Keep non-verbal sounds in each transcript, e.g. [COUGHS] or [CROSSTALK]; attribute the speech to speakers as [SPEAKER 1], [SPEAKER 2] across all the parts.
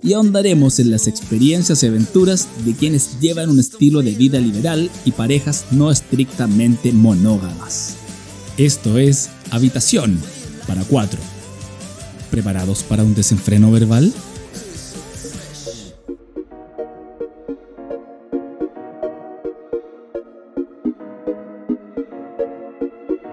[SPEAKER 1] y ahondaremos en las experiencias y aventuras de quienes llevan un estilo de vida liberal y parejas no estrictamente monógamas. Esto es Habitación para cuatro. ¿Preparados para un desenfreno verbal?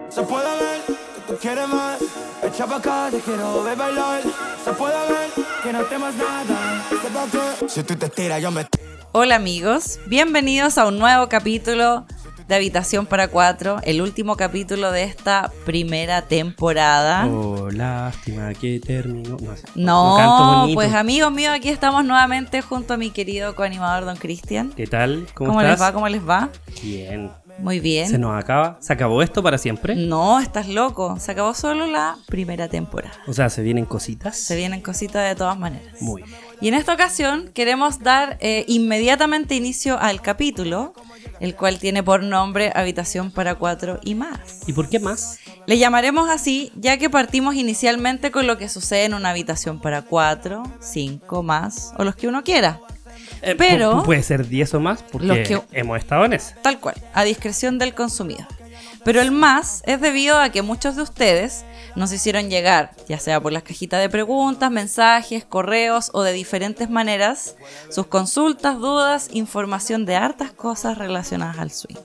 [SPEAKER 2] Se puede ver que tú quieres más. Echa pa' acá, te quiero ver bailar. Se puede ver que no temas nada. Se va que Si tú te tiras, yo me
[SPEAKER 3] Hola amigos, bienvenidos a un nuevo capítulo de Habitación para Cuatro, el último capítulo de esta primera temporada.
[SPEAKER 4] Oh, lástima que terminó. No, sé, canto
[SPEAKER 3] Ah. no,
[SPEAKER 4] bonito.
[SPEAKER 3] pues amigos míos, aquí estamos nuevamente junto a mi querido coanimador Don Cristian.
[SPEAKER 4] ¿Qué tal? ¿Cómo,
[SPEAKER 3] ¿Cómo, les va?
[SPEAKER 4] estás?
[SPEAKER 3] ¿Cómo les va?
[SPEAKER 4] Bien.
[SPEAKER 3] Muy
[SPEAKER 4] Se
[SPEAKER 3] bien. Mm.
[SPEAKER 4] nos acaba. ¿Se acabó esto para siempre?
[SPEAKER 3] No, estás loco. Se acabó solo la primera temporada.
[SPEAKER 4] O sea, se vienen cositas.
[SPEAKER 3] Se vienen cositas de todas maneras.
[SPEAKER 4] Muy bien.
[SPEAKER 3] Y en esta ocasión queremos dar eh, inmediatamente inicio al capítulo, el cual tiene por nombre Habitación para Cuatro y más.
[SPEAKER 4] ¿Y por qué más?
[SPEAKER 3] Le llamaremos así ya que partimos inicialmente con lo que sucede en una habitación para cuatro, cinco más o los que uno quiera.
[SPEAKER 4] Eh,
[SPEAKER 3] Pero-
[SPEAKER 4] pu- puede ser 10 o más porque
[SPEAKER 3] Los que-
[SPEAKER 4] hemos estado en ese.
[SPEAKER 3] Tal cual, a discreción del consumidor. Pero el más es debido a que muchos de ustedes nos hicieron llegar, ya sea por las cajitas de preguntas, mensajes, correos o de diferentes maneras, sus consultas, dudas, información de hartas cosas relacionadas al swing.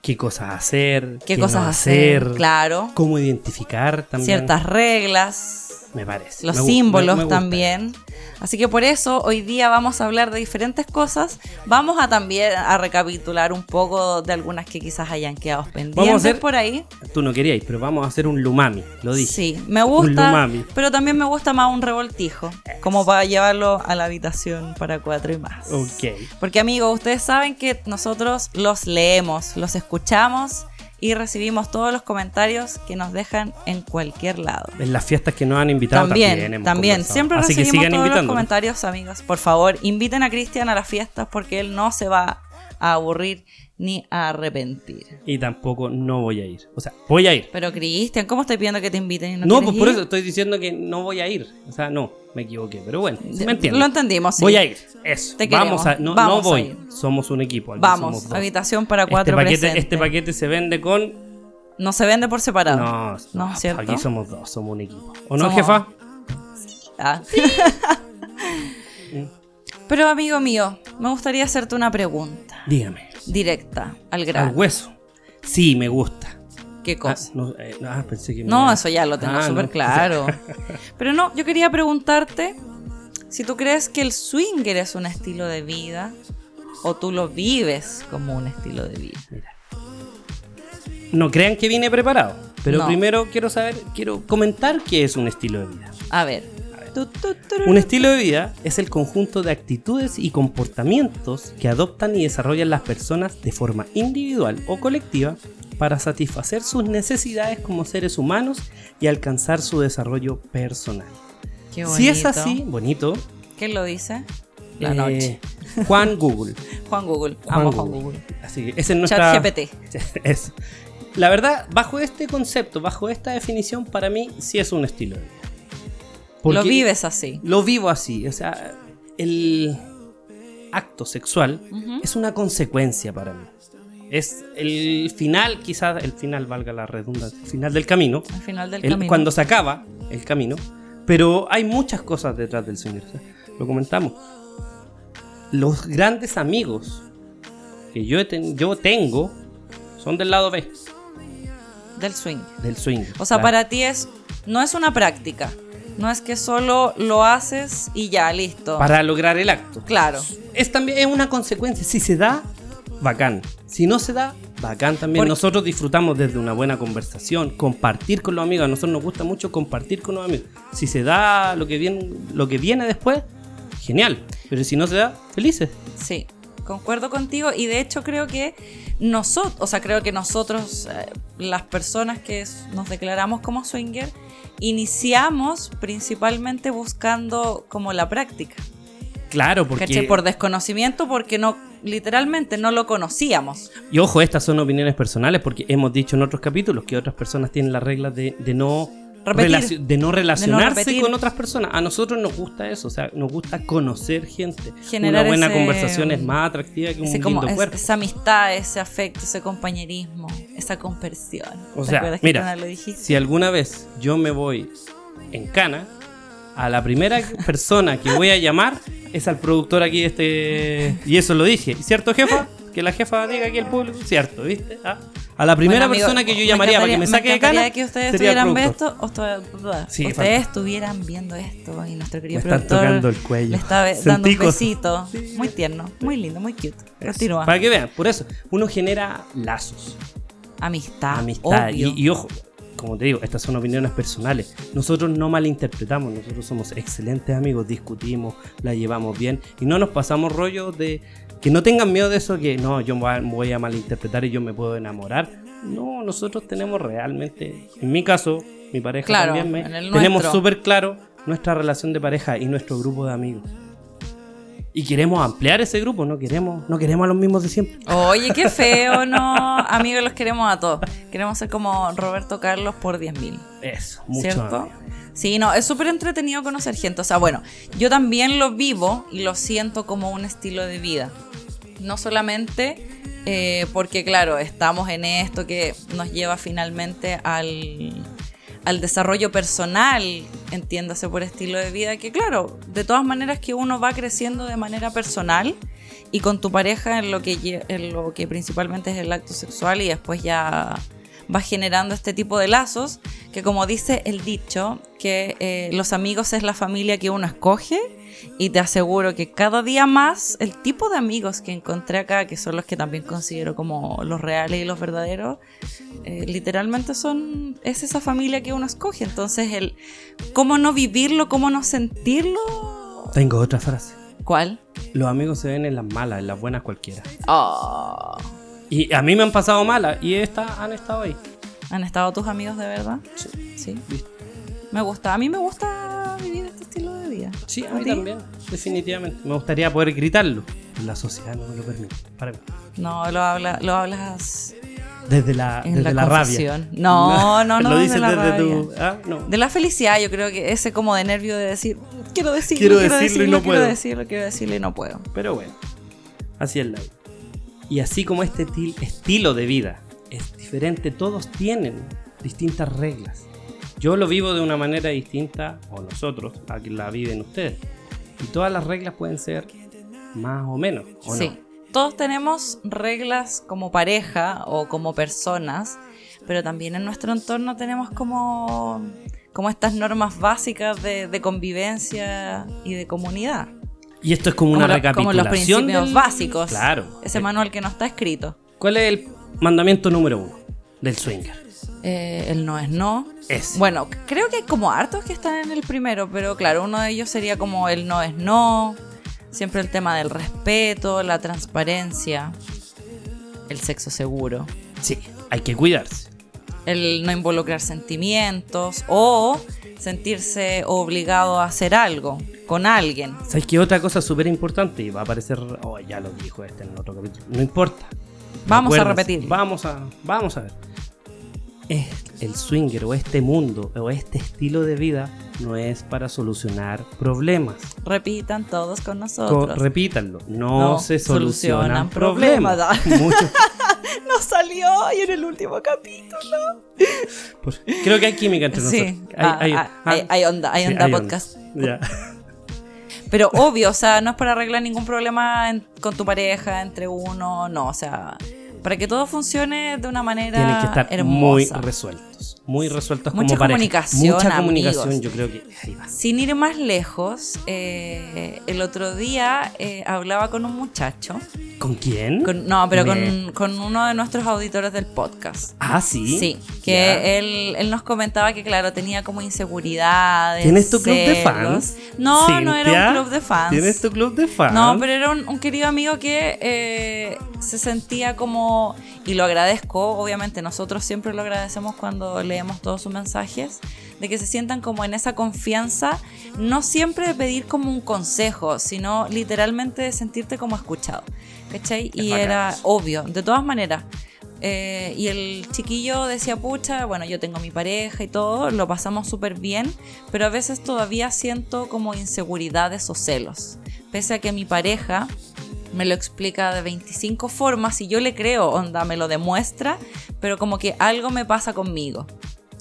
[SPEAKER 4] ¿Qué cosas hacer?
[SPEAKER 3] ¿Qué,
[SPEAKER 4] no
[SPEAKER 3] cosas hacer? Claro,
[SPEAKER 4] ¿Cómo identificar también?
[SPEAKER 3] ciertas reglas,
[SPEAKER 4] Me parece.
[SPEAKER 3] los
[SPEAKER 4] Me gu-
[SPEAKER 3] símbolos
[SPEAKER 4] me- me gusta.
[SPEAKER 3] también. Así que por eso hoy día vamos a hablar de diferentes cosas. Vamos a también a recapitular un poco de algunas que quizás hayan quedado pendientes
[SPEAKER 4] hacer-
[SPEAKER 3] por ahí.
[SPEAKER 4] Tú no querías, pero vamos a hacer un lumami. Lo dije.
[SPEAKER 3] Sí, me
[SPEAKER 4] Un
[SPEAKER 3] gusta,
[SPEAKER 4] lumami.
[SPEAKER 3] pero también me gusta más un revoltijo, como para llevarlo a la habitación para cuatro y más.
[SPEAKER 4] Ok.
[SPEAKER 3] Porque amigos, ustedes saben que nosotros los leemos, los escuchamos y recibimos todos los comentarios que nos dejan en cualquier lado.
[SPEAKER 4] En las fiestas que nos han invitado también.
[SPEAKER 3] También, también.
[SPEAKER 4] hemos conversado.
[SPEAKER 3] Siempre
[SPEAKER 4] Así que
[SPEAKER 3] recibimos
[SPEAKER 4] sigan
[SPEAKER 3] todos los
[SPEAKER 4] invitándonos.
[SPEAKER 3] comentarios, amigos. Por favor, inviten a Cristian a las fiestas porque él no se va a aburrir ni a arrepentir.
[SPEAKER 4] Y tampoco no voy a ir. O sea, voy a ir.
[SPEAKER 3] Pero Cristian, ¿cómo estoy pidiendo que te inviten y no
[SPEAKER 4] No,
[SPEAKER 3] quieres
[SPEAKER 4] pues por
[SPEAKER 3] ir?
[SPEAKER 4] eso estoy diciendo que no voy a ir. O sea, no, me equivoqué. Pero bueno, sí me entiendes.
[SPEAKER 3] Lo entendimos, sí.
[SPEAKER 4] Voy a ir. Eso.
[SPEAKER 3] Te queremos.
[SPEAKER 4] vamos a. No,
[SPEAKER 3] Vamos
[SPEAKER 4] no
[SPEAKER 3] a
[SPEAKER 4] voy.
[SPEAKER 3] ir.
[SPEAKER 4] Somos un equipo. aquí somos
[SPEAKER 3] Vamos,
[SPEAKER 4] dos.
[SPEAKER 3] habitación para cuatro
[SPEAKER 4] este paquete,
[SPEAKER 3] presentes.
[SPEAKER 4] este paquete se vende con.
[SPEAKER 3] No se vende por separado.
[SPEAKER 4] No,
[SPEAKER 3] No, ¿cierto?
[SPEAKER 4] Aquí somos dos, somos un equipo. ¿O no,
[SPEAKER 3] Somos-
[SPEAKER 4] jefa? [LAUGHS]
[SPEAKER 3] Ah. Pero amigo mío, me gustaría hacerte una pregunta
[SPEAKER 4] Dígame.
[SPEAKER 3] directa, al grano.
[SPEAKER 4] Al hueso. Sí, me gusta.
[SPEAKER 3] ¿Qué
[SPEAKER 4] Ah,
[SPEAKER 3] cosa?
[SPEAKER 4] no, eh, ah, pensé que me-
[SPEAKER 3] No, eso ya lo tengo
[SPEAKER 4] Ah, no.
[SPEAKER 3] súper
[SPEAKER 4] [LAUGHS]
[SPEAKER 3] claro. Pero no, yo quería preguntarte si tú crees que el swinger es un estilo de vida o tú lo vives como un estilo de vida.
[SPEAKER 4] Mira. No crean que vine preparado. Pero
[SPEAKER 3] No.
[SPEAKER 4] primero quiero saber, quiero comentar qué es un estilo de vida.
[SPEAKER 3] A ver. Tu, tu, tu,
[SPEAKER 4] Un estilo de vida es el conjunto de actitudes y comportamientos que adoptan y desarrollan las personas de forma individual o colectiva para satisfacer sus necesidades como seres humanos y alcanzar su desarrollo personal.
[SPEAKER 3] Qué
[SPEAKER 4] Si es
[SPEAKER 3] bonito.
[SPEAKER 4] así, bonito.
[SPEAKER 3] ¿Quién lo dice? La
[SPEAKER 4] eh,
[SPEAKER 3] noche.
[SPEAKER 4] Juan
[SPEAKER 3] [LAUGHS]
[SPEAKER 4] Google.
[SPEAKER 3] Juan Google.
[SPEAKER 4] Juan
[SPEAKER 3] Amo Juan
[SPEAKER 4] Google.
[SPEAKER 3] Google.
[SPEAKER 4] Así que ese es nuestra...
[SPEAKER 3] Chat GPT.
[SPEAKER 4] [LAUGHS] Eso. La verdad, bajo este concepto, bajo esta definición, para mí sí es un estilo de vida.
[SPEAKER 3] Lo
[SPEAKER 4] Porque-
[SPEAKER 3] vives así.
[SPEAKER 4] lo vivo así. O sea, el acto sexual
[SPEAKER 3] Ujú.
[SPEAKER 4] es una consecuencia para mí. Es el final, quizás, el final valga la redundancia, el final del camino.
[SPEAKER 3] Al final del
[SPEAKER 4] el-
[SPEAKER 3] camino.
[SPEAKER 4] Cuando se acaba el camino. Pero hay muchas cosas detrás del señor. lo comentamos. los grandes amigos que yo, he ten- yo tengo son del lado B,
[SPEAKER 3] del swing.
[SPEAKER 4] del swing.
[SPEAKER 3] O sea,
[SPEAKER 4] Claro.
[SPEAKER 3] para ti es no es una práctica. No es que solo lo haces y ya, listo.
[SPEAKER 4] para lograr el acto.
[SPEAKER 3] Claro.
[SPEAKER 4] Es también es una consecuencia. Si se da, bacán. Si no se da, bacán también.
[SPEAKER 3] Por-
[SPEAKER 4] Nosotros disfrutamos desde una buena conversación, compartir con los amigos. A nosotros nos gusta mucho compartir con los amigos. Si se da lo que viene, lo que viene después, genial. Pero si no se da, felices.
[SPEAKER 3] Sí, concuerdo contigo y de hecho creo que nosotros, o sea, creo que nosotros, eh, las personas que s- nos declaramos como swinger, iniciamos principalmente buscando como la práctica,
[SPEAKER 4] Claro,
[SPEAKER 3] ¿cachai?
[SPEAKER 4] porque
[SPEAKER 3] Por desconocimiento, porque no, literalmente no lo conocíamos.
[SPEAKER 4] Y ojo, estas son opiniones personales porque hemos dicho en otros capítulos que otras personas tienen las reglas de, de no
[SPEAKER 3] Repetir.
[SPEAKER 4] relacio- de no relacionarse
[SPEAKER 3] repetir.
[SPEAKER 4] con otras personas. A nosotros nos gusta eso, o sea, nos gusta conocer gente.
[SPEAKER 3] Generar
[SPEAKER 4] Una buena
[SPEAKER 3] ese-
[SPEAKER 4] conversación es más atractiva que un
[SPEAKER 3] Ese
[SPEAKER 4] lindo
[SPEAKER 3] como, es-
[SPEAKER 4] cuerpo.
[SPEAKER 3] esa amistad, ese afecto, ese compañerismo, esa conversión.
[SPEAKER 4] O
[SPEAKER 3] ¿Te
[SPEAKER 4] sea,
[SPEAKER 3] acuerdas que
[SPEAKER 4] mira,
[SPEAKER 3] cuando lo dijiste?
[SPEAKER 4] si alguna vez yo me voy en cana, a la primera persona que voy a llamar es al productor aquí de este... Y eso lo dije, ¿cierto jefa? Que la jefa diga aquí el público, ¿cierto? ¿Viste? Ah. A la primera
[SPEAKER 3] Bueno, amigo,
[SPEAKER 4] persona que yo
[SPEAKER 3] me
[SPEAKER 4] llamaría para que
[SPEAKER 3] encantaría-
[SPEAKER 4] me saque de
[SPEAKER 3] encantaría
[SPEAKER 4] cana
[SPEAKER 3] que ustedes
[SPEAKER 4] sería el
[SPEAKER 3] estuvieran
[SPEAKER 4] productor.
[SPEAKER 3] viendo esto, o estu-
[SPEAKER 4] Sí,
[SPEAKER 3] ustedes
[SPEAKER 4] falta.
[SPEAKER 3] estuvieran viendo esto y nuestro querido
[SPEAKER 4] Me están
[SPEAKER 3] productor
[SPEAKER 4] tocando el cuello.
[SPEAKER 3] le está be-
[SPEAKER 4] Sentí
[SPEAKER 3] dando un
[SPEAKER 4] cosas.
[SPEAKER 3] besito, muy tierno, muy lindo, muy cute.
[SPEAKER 4] Eso.
[SPEAKER 3] Continúa.
[SPEAKER 4] Para que vean, por eso, uno genera lazos,
[SPEAKER 3] Amistad,
[SPEAKER 4] amistad. Y,
[SPEAKER 3] obvio.
[SPEAKER 4] y ojo, como te digo, estas son opiniones personales. Nosotros no malinterpretamos, nosotros somos excelentes amigos, discutimos, la llevamos bien y no nos pasamos rollos de que no tengan miedo de eso, que no, yo me voy a- me voy a malinterpretar y yo me puedo enamorar. No, nosotros tenemos realmente, en mi caso, mi pareja
[SPEAKER 3] Claro,
[SPEAKER 4] también me,
[SPEAKER 3] en el
[SPEAKER 4] tenemos
[SPEAKER 3] nuestro.
[SPEAKER 4] súper claro nuestra relación de pareja y nuestro grupo de amigos. Y queremos ampliar ese grupo, no queremos, no queremos a los mismos de siempre.
[SPEAKER 3] Oye, qué feo, ¿no? Amigos, los queremos a todos. Queremos ser como Roberto Carlos por 10.000.
[SPEAKER 4] Eso, mucho
[SPEAKER 3] ¿cierto?
[SPEAKER 4] amigo.
[SPEAKER 3] Sí, no, es súper entretenido conocer gente. O sea, bueno, yo también lo vivo y lo siento como un estilo de vida. No solamente eh, porque, claro, estamos en esto que nos lleva finalmente al, al desarrollo personal, entiéndase por estilo de vida, que claro, de todas maneras que uno va creciendo de manera personal y con tu pareja en lo que, lle- en lo que principalmente es el acto sexual y después ya vas generando este tipo de lazos, que como dice el dicho, que eh, los amigos es la familia que uno escoge y te aseguro que cada día más el tipo de amigos que encontré acá, que son los que también considero como los reales y los verdaderos, eh, literalmente son es esa familia que uno escoge entonces el cómo no vivirlo cómo no sentirlo
[SPEAKER 4] Tengo otra frase.
[SPEAKER 3] cuál
[SPEAKER 4] Los amigos se ven en las malas, en las buenas cualquiera.
[SPEAKER 3] Oh,
[SPEAKER 4] Y a mí me han pasado malas y estas han estado ahí.
[SPEAKER 3] han estado tus amigos de verdad sí,
[SPEAKER 4] Listo.
[SPEAKER 3] me gusta a mí me gusta vivir este estilo de vida
[SPEAKER 4] Sí, a mí
[SPEAKER 3] ti?
[SPEAKER 4] también, definitivamente. Me gustaría poder gritarlo. La sociedad no me lo permite. Para mí.
[SPEAKER 3] no lo habla lo hablas
[SPEAKER 4] Desde la,
[SPEAKER 3] En
[SPEAKER 4] desde
[SPEAKER 3] la
[SPEAKER 4] la, rabia.
[SPEAKER 3] confesión.
[SPEAKER 4] [LAUGHS]
[SPEAKER 3] No, no, no,
[SPEAKER 4] Lo
[SPEAKER 3] desde
[SPEAKER 4] dices
[SPEAKER 3] la
[SPEAKER 4] desde
[SPEAKER 3] rabia.
[SPEAKER 4] tu. Ah, no.
[SPEAKER 3] de la felicidad yo creo que ese como de nervio de decir quiero decirlo
[SPEAKER 4] Quiero
[SPEAKER 3] quiero,
[SPEAKER 4] decirlo
[SPEAKER 3] decirlo,
[SPEAKER 4] y no
[SPEAKER 3] quiero
[SPEAKER 4] puedo".
[SPEAKER 3] decirlo quiero decirlo y no puedo
[SPEAKER 4] Pero bueno, así es la vida. Y así como este til- estilo de vida es diferente, todos tienen distintas reglas. Yo lo vivo de una manera distinta, o nosotros, a que la viven ustedes. Y todas las reglas pueden ser más o menos, ¿o
[SPEAKER 3] sí.
[SPEAKER 4] no?
[SPEAKER 3] Todos tenemos reglas como pareja o como personas, pero también en nuestro entorno tenemos como, como estas normas básicas de, de convivencia y de comunidad.
[SPEAKER 4] Y esto es como
[SPEAKER 3] Como
[SPEAKER 4] una
[SPEAKER 3] lo- como los
[SPEAKER 4] recapitulación.
[SPEAKER 3] principios
[SPEAKER 4] del-
[SPEAKER 3] básicos.
[SPEAKER 4] Claro.
[SPEAKER 3] Ese manual que no está escrito.
[SPEAKER 4] ¿Cuál es el mandamiento número uno del swinger?
[SPEAKER 3] Eh, el no es no.
[SPEAKER 4] Ese.
[SPEAKER 3] Bueno, creo que hay como hartos que están en el primero, pero claro, uno de ellos sería como el no es no, siempre el tema del respeto, la transparencia, el sexo seguro.
[SPEAKER 4] Sí, hay que cuidarse.
[SPEAKER 3] el no involucrar sentimientos o sentirse obligado a hacer algo con alguien.
[SPEAKER 4] ¿Sabes qué? Otra cosa súper importante y va a aparecer. Oh, ya lo dijo este en otro capítulo. No importa.
[SPEAKER 3] Vamos a
[SPEAKER 4] Acuérdense,
[SPEAKER 3] repetir.
[SPEAKER 4] Vamos a, vamos a ver. Es el swinger o este mundo o este estilo de vida no es para solucionar problemas.
[SPEAKER 3] Repitan todos con
[SPEAKER 4] Co-
[SPEAKER 3] nosotros.
[SPEAKER 4] repítanlo. No,
[SPEAKER 3] No
[SPEAKER 4] se
[SPEAKER 3] solucionan
[SPEAKER 4] solucionan problemas.
[SPEAKER 3] problemas.
[SPEAKER 4] [LAUGHS] Muchos-
[SPEAKER 3] no salió y en el último capítulo.
[SPEAKER 4] pues, creo que hay química entre
[SPEAKER 3] Sí,
[SPEAKER 4] nosotros.
[SPEAKER 3] ah, ah, hay, hay onda, hay
[SPEAKER 4] sí,
[SPEAKER 3] onda
[SPEAKER 4] hay
[SPEAKER 3] podcast.
[SPEAKER 4] onda. Ya.
[SPEAKER 3] Pero obvio, o sea, no es para arreglar ningún problema en- con tu pareja, entre uno, no, o sea, para que todo funcione de una manera
[SPEAKER 4] Tienen que estar muy
[SPEAKER 3] hermosa.
[SPEAKER 4] resueltos. Muy resueltos
[SPEAKER 3] Mucha
[SPEAKER 4] como pareja.
[SPEAKER 3] comunicación,
[SPEAKER 4] Mucha comunicación,
[SPEAKER 3] amigos.
[SPEAKER 4] yo creo que ahí va.
[SPEAKER 3] Sin ir más lejos, eh, el otro día eh, hablaba con un muchacho,
[SPEAKER 4] ¿Con quién?
[SPEAKER 3] con- no, pero con,
[SPEAKER 4] Me-
[SPEAKER 3] con uno de nuestros auditores del podcast.
[SPEAKER 4] Ah, sí.
[SPEAKER 3] Sí,
[SPEAKER 4] Ya.
[SPEAKER 3] que él, él nos comentaba que, claro, tenía como inseguridades.
[SPEAKER 4] ¿Tienes tu club de
[SPEAKER 3] celos.
[SPEAKER 4] fans?
[SPEAKER 3] No, no era
[SPEAKER 4] Cintia,
[SPEAKER 3] un club de fans.
[SPEAKER 4] ¿Tienes tu club de fans?
[SPEAKER 3] No, pero era un, un querido amigo que eh, se sentía como, y lo agradezco, obviamente nosotros siempre lo agradecemos cuando leemos todos sus mensajes, de que se sientan como en esa confianza, no siempre de pedir como un consejo, sino literalmente de sentirte como escuchado. ¿Cachai? Y
[SPEAKER 4] bacán
[SPEAKER 3] era
[SPEAKER 4] eso.
[SPEAKER 3] obvio, de todas maneras. Eh, y el chiquillo decía, pucha, bueno, yo tengo mi pareja y todo, lo pasamos súper bien, pero a veces todavía siento como inseguridades o celos. Pese a que mi pareja me lo explica de 25 formas y yo le creo, onda, me lo demuestra, pero como que algo me pasa conmigo.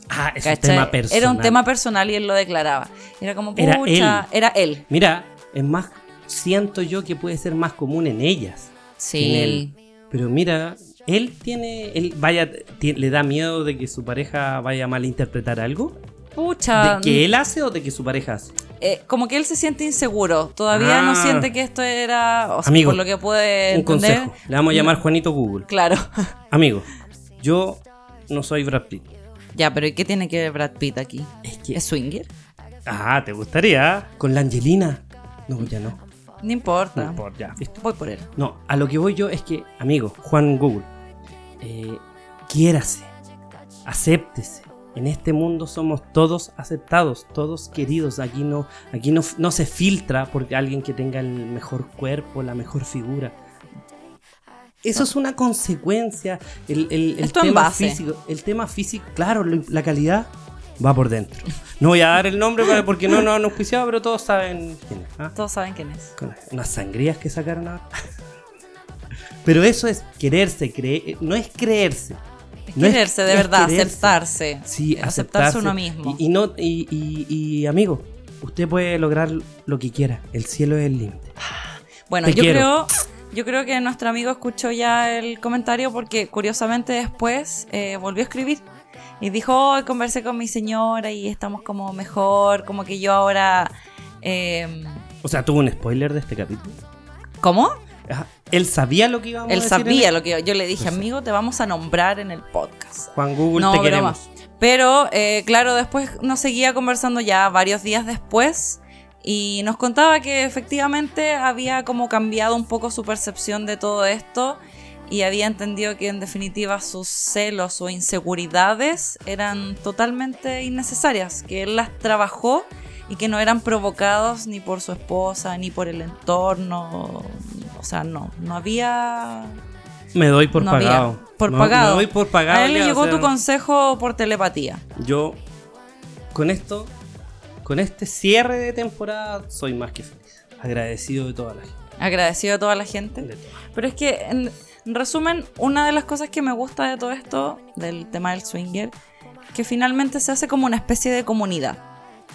[SPEAKER 4] Ah, es un
[SPEAKER 3] ¿cachai?
[SPEAKER 4] tema personal.
[SPEAKER 3] Era un tema personal y él lo declaraba. Era como,
[SPEAKER 4] Era
[SPEAKER 3] pucha, era él.
[SPEAKER 4] Mira, es más, siento yo que puede ser más común en ellas. que en
[SPEAKER 3] Sí.
[SPEAKER 4] él. Pero mira, él tiene, él vaya, ti- le da miedo de que su pareja vaya a malinterpretar algo.
[SPEAKER 3] Pucha.
[SPEAKER 4] ¿De
[SPEAKER 3] mm.
[SPEAKER 4] que él hace o de que su pareja hace?
[SPEAKER 3] eh, como que él se siente inseguro. Todavía no
[SPEAKER 4] Ah.
[SPEAKER 3] siente que esto era. O sea,
[SPEAKER 4] Amigo,
[SPEAKER 3] por lo que puede
[SPEAKER 4] Un
[SPEAKER 3] entender.
[SPEAKER 4] consejo. Le vamos a
[SPEAKER 3] Mm.
[SPEAKER 4] llamar Juanito Google.
[SPEAKER 3] Claro. [LAUGHS]
[SPEAKER 4] Amigo, yo no soy Brad Pitt.
[SPEAKER 3] ya, pero ¿y qué tiene que ver Brad Pitt aquí?
[SPEAKER 4] Es que.
[SPEAKER 3] ¿Es swinger?
[SPEAKER 4] Ah, ¿te gustaría? Con la Angelina. No, ya no.
[SPEAKER 3] No importa.
[SPEAKER 4] No, Ah, por- ya. Listo.
[SPEAKER 3] Voy por él.
[SPEAKER 4] No, a lo que voy yo es que, amigo, Juan Google, eh, quiérase, acéptese. En este mundo somos todos aceptados, todos queridos. Aquí no, aquí no, no se filtra porque alguien que tenga el mejor cuerpo, la mejor figura. Eso es una consecuencia. El, el- el
[SPEAKER 3] Esto en
[SPEAKER 4] tema
[SPEAKER 3] base.
[SPEAKER 4] físico, el tema físico, claro, lo- la calidad va por dentro. No voy a dar el nombre para- porque no, no, no auspiciaba, pero todos saben quién es. ¿ah?
[SPEAKER 3] Todos saben quién es.
[SPEAKER 4] con unas sangrías que sacaron ahora. [LAUGHS] Pero eso es quererse, cre- no es creerse.
[SPEAKER 3] Es
[SPEAKER 4] No es-
[SPEAKER 3] quererse, de
[SPEAKER 4] es
[SPEAKER 3] verdad,
[SPEAKER 4] quererse.
[SPEAKER 3] aceptarse.
[SPEAKER 4] Sí,
[SPEAKER 3] aceptarse, uno mismo.
[SPEAKER 4] Y, y no, y, y- y, amigo, usted puede lograr lo que quiera. El cielo es el límite.
[SPEAKER 3] Bueno,
[SPEAKER 4] Te
[SPEAKER 3] yo
[SPEAKER 4] quiero.
[SPEAKER 3] creo, yo creo que nuestro amigo escuchó ya el comentario porque curiosamente después eh, volvió a escribir y dijo, hoy conversé con mi señora y estamos como mejor, como que yo ahora... eh,
[SPEAKER 4] O sea, tuvo un spoiler de este capítulo.
[SPEAKER 3] ¿Cómo?
[SPEAKER 4] Ajá. Él sabía lo que íbamos a
[SPEAKER 3] Él
[SPEAKER 4] decir. en
[SPEAKER 3] sabía
[SPEAKER 4] el-
[SPEAKER 3] lo que yo, yo le dije, amigo, te vamos a nombrar en el podcast.
[SPEAKER 4] Juan Google, te
[SPEAKER 3] broma.
[SPEAKER 4] queremos.
[SPEAKER 3] Pero eh, claro, después nos seguía conversando ya varios días después y nos contaba que efectivamente había como cambiado un poco su percepción de todo esto y había entendido que en definitiva sus celos o inseguridades eran totalmente innecesarias, que él las trabajó y que no eran provocados ni por su esposa ni por el entorno. O sea, no, no había
[SPEAKER 4] Me doy por
[SPEAKER 3] no había.
[SPEAKER 4] pagado.
[SPEAKER 3] Por
[SPEAKER 4] Me-
[SPEAKER 3] pagado.
[SPEAKER 4] Me doy por pagado.
[SPEAKER 3] A él le
[SPEAKER 4] ya, o
[SPEAKER 3] llegó
[SPEAKER 4] sea,
[SPEAKER 3] tu consejo por telepatía.
[SPEAKER 4] Yo, con esto, con este cierre de temporada, soy más que feliz. Agradecido de toda la gente.
[SPEAKER 3] Agradecido a toda la gente.
[SPEAKER 4] de toda.
[SPEAKER 3] Pero es que, en en resumen, una de las cosas que me gusta de todo esto, del tema del swinger, que finalmente se hace como una especie de comunidad.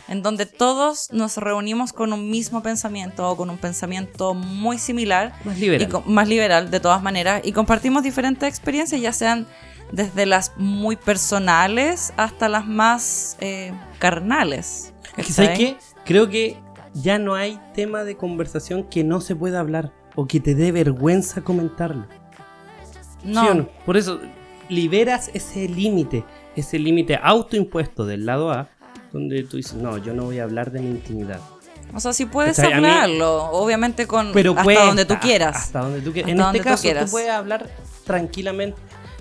[SPEAKER 3] En donde todos nos reunimos con un mismo pensamiento o con un pensamiento muy similar.
[SPEAKER 4] Más liberal.
[SPEAKER 3] y co- más liberal de todas maneras y compartimos diferentes experiencias ya sean desde las muy personales hasta las más eh, carnales
[SPEAKER 4] Es que, ¿sabes
[SPEAKER 3] ¿cachai?
[SPEAKER 4] qué? Creo que ya no hay tema de conversación que no se pueda hablar o que te dé vergüenza comentarlo.
[SPEAKER 3] no,
[SPEAKER 4] ¿Sí o no? Por eso, liberas ese límite, ese límite autoimpuesto del lado A, donde tú dices, no, yo no voy a hablar de mi intimidad.
[SPEAKER 3] o sea si puedes
[SPEAKER 4] ¿Cachai? A mí-
[SPEAKER 3] hablarlo obviamente con
[SPEAKER 4] Pero
[SPEAKER 3] hasta
[SPEAKER 4] cuesta,
[SPEAKER 3] donde tú quieras
[SPEAKER 4] Hasta donde tú quieras.
[SPEAKER 3] Hasta
[SPEAKER 4] En este
[SPEAKER 3] donde tú
[SPEAKER 4] caso, tú,
[SPEAKER 3] quieras.
[SPEAKER 4] puedes hablar tranquilamente.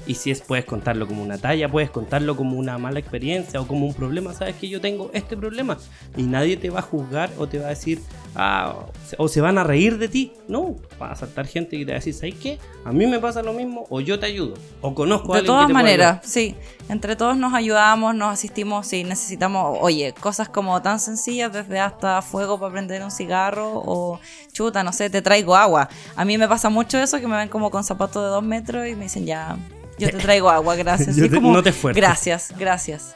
[SPEAKER 4] Y si es, puedes contarlo como una talla, puedes contarlo como una mala experiencia o como un problema. Sabes que yo tengo este problema. Y nadie te va a juzgar o te va a decir, ah, o se- o se van a reír de ti. No, va a saltar gente y te va a decir, ¿sabes qué? A mí me pasa lo mismo o yo te ayudo. O conozco a
[SPEAKER 3] de
[SPEAKER 4] alguien que
[SPEAKER 3] todas
[SPEAKER 4] te pueda
[SPEAKER 3] maneras
[SPEAKER 4] ayudar.
[SPEAKER 3] sí entre todos nos ayudamos nos asistimos si necesitamos oye cosas como tan sencillas desde hasta fuego para prender un cigarro o chuta no sé te traigo agua a mí me pasa mucho eso que me ven como con zapatos de dos metros y me dicen ya yo te traigo agua gracias
[SPEAKER 4] [LAUGHS] Yo
[SPEAKER 3] Y es
[SPEAKER 4] te-
[SPEAKER 3] como,
[SPEAKER 4] no te esfuerces.
[SPEAKER 3] gracias gracias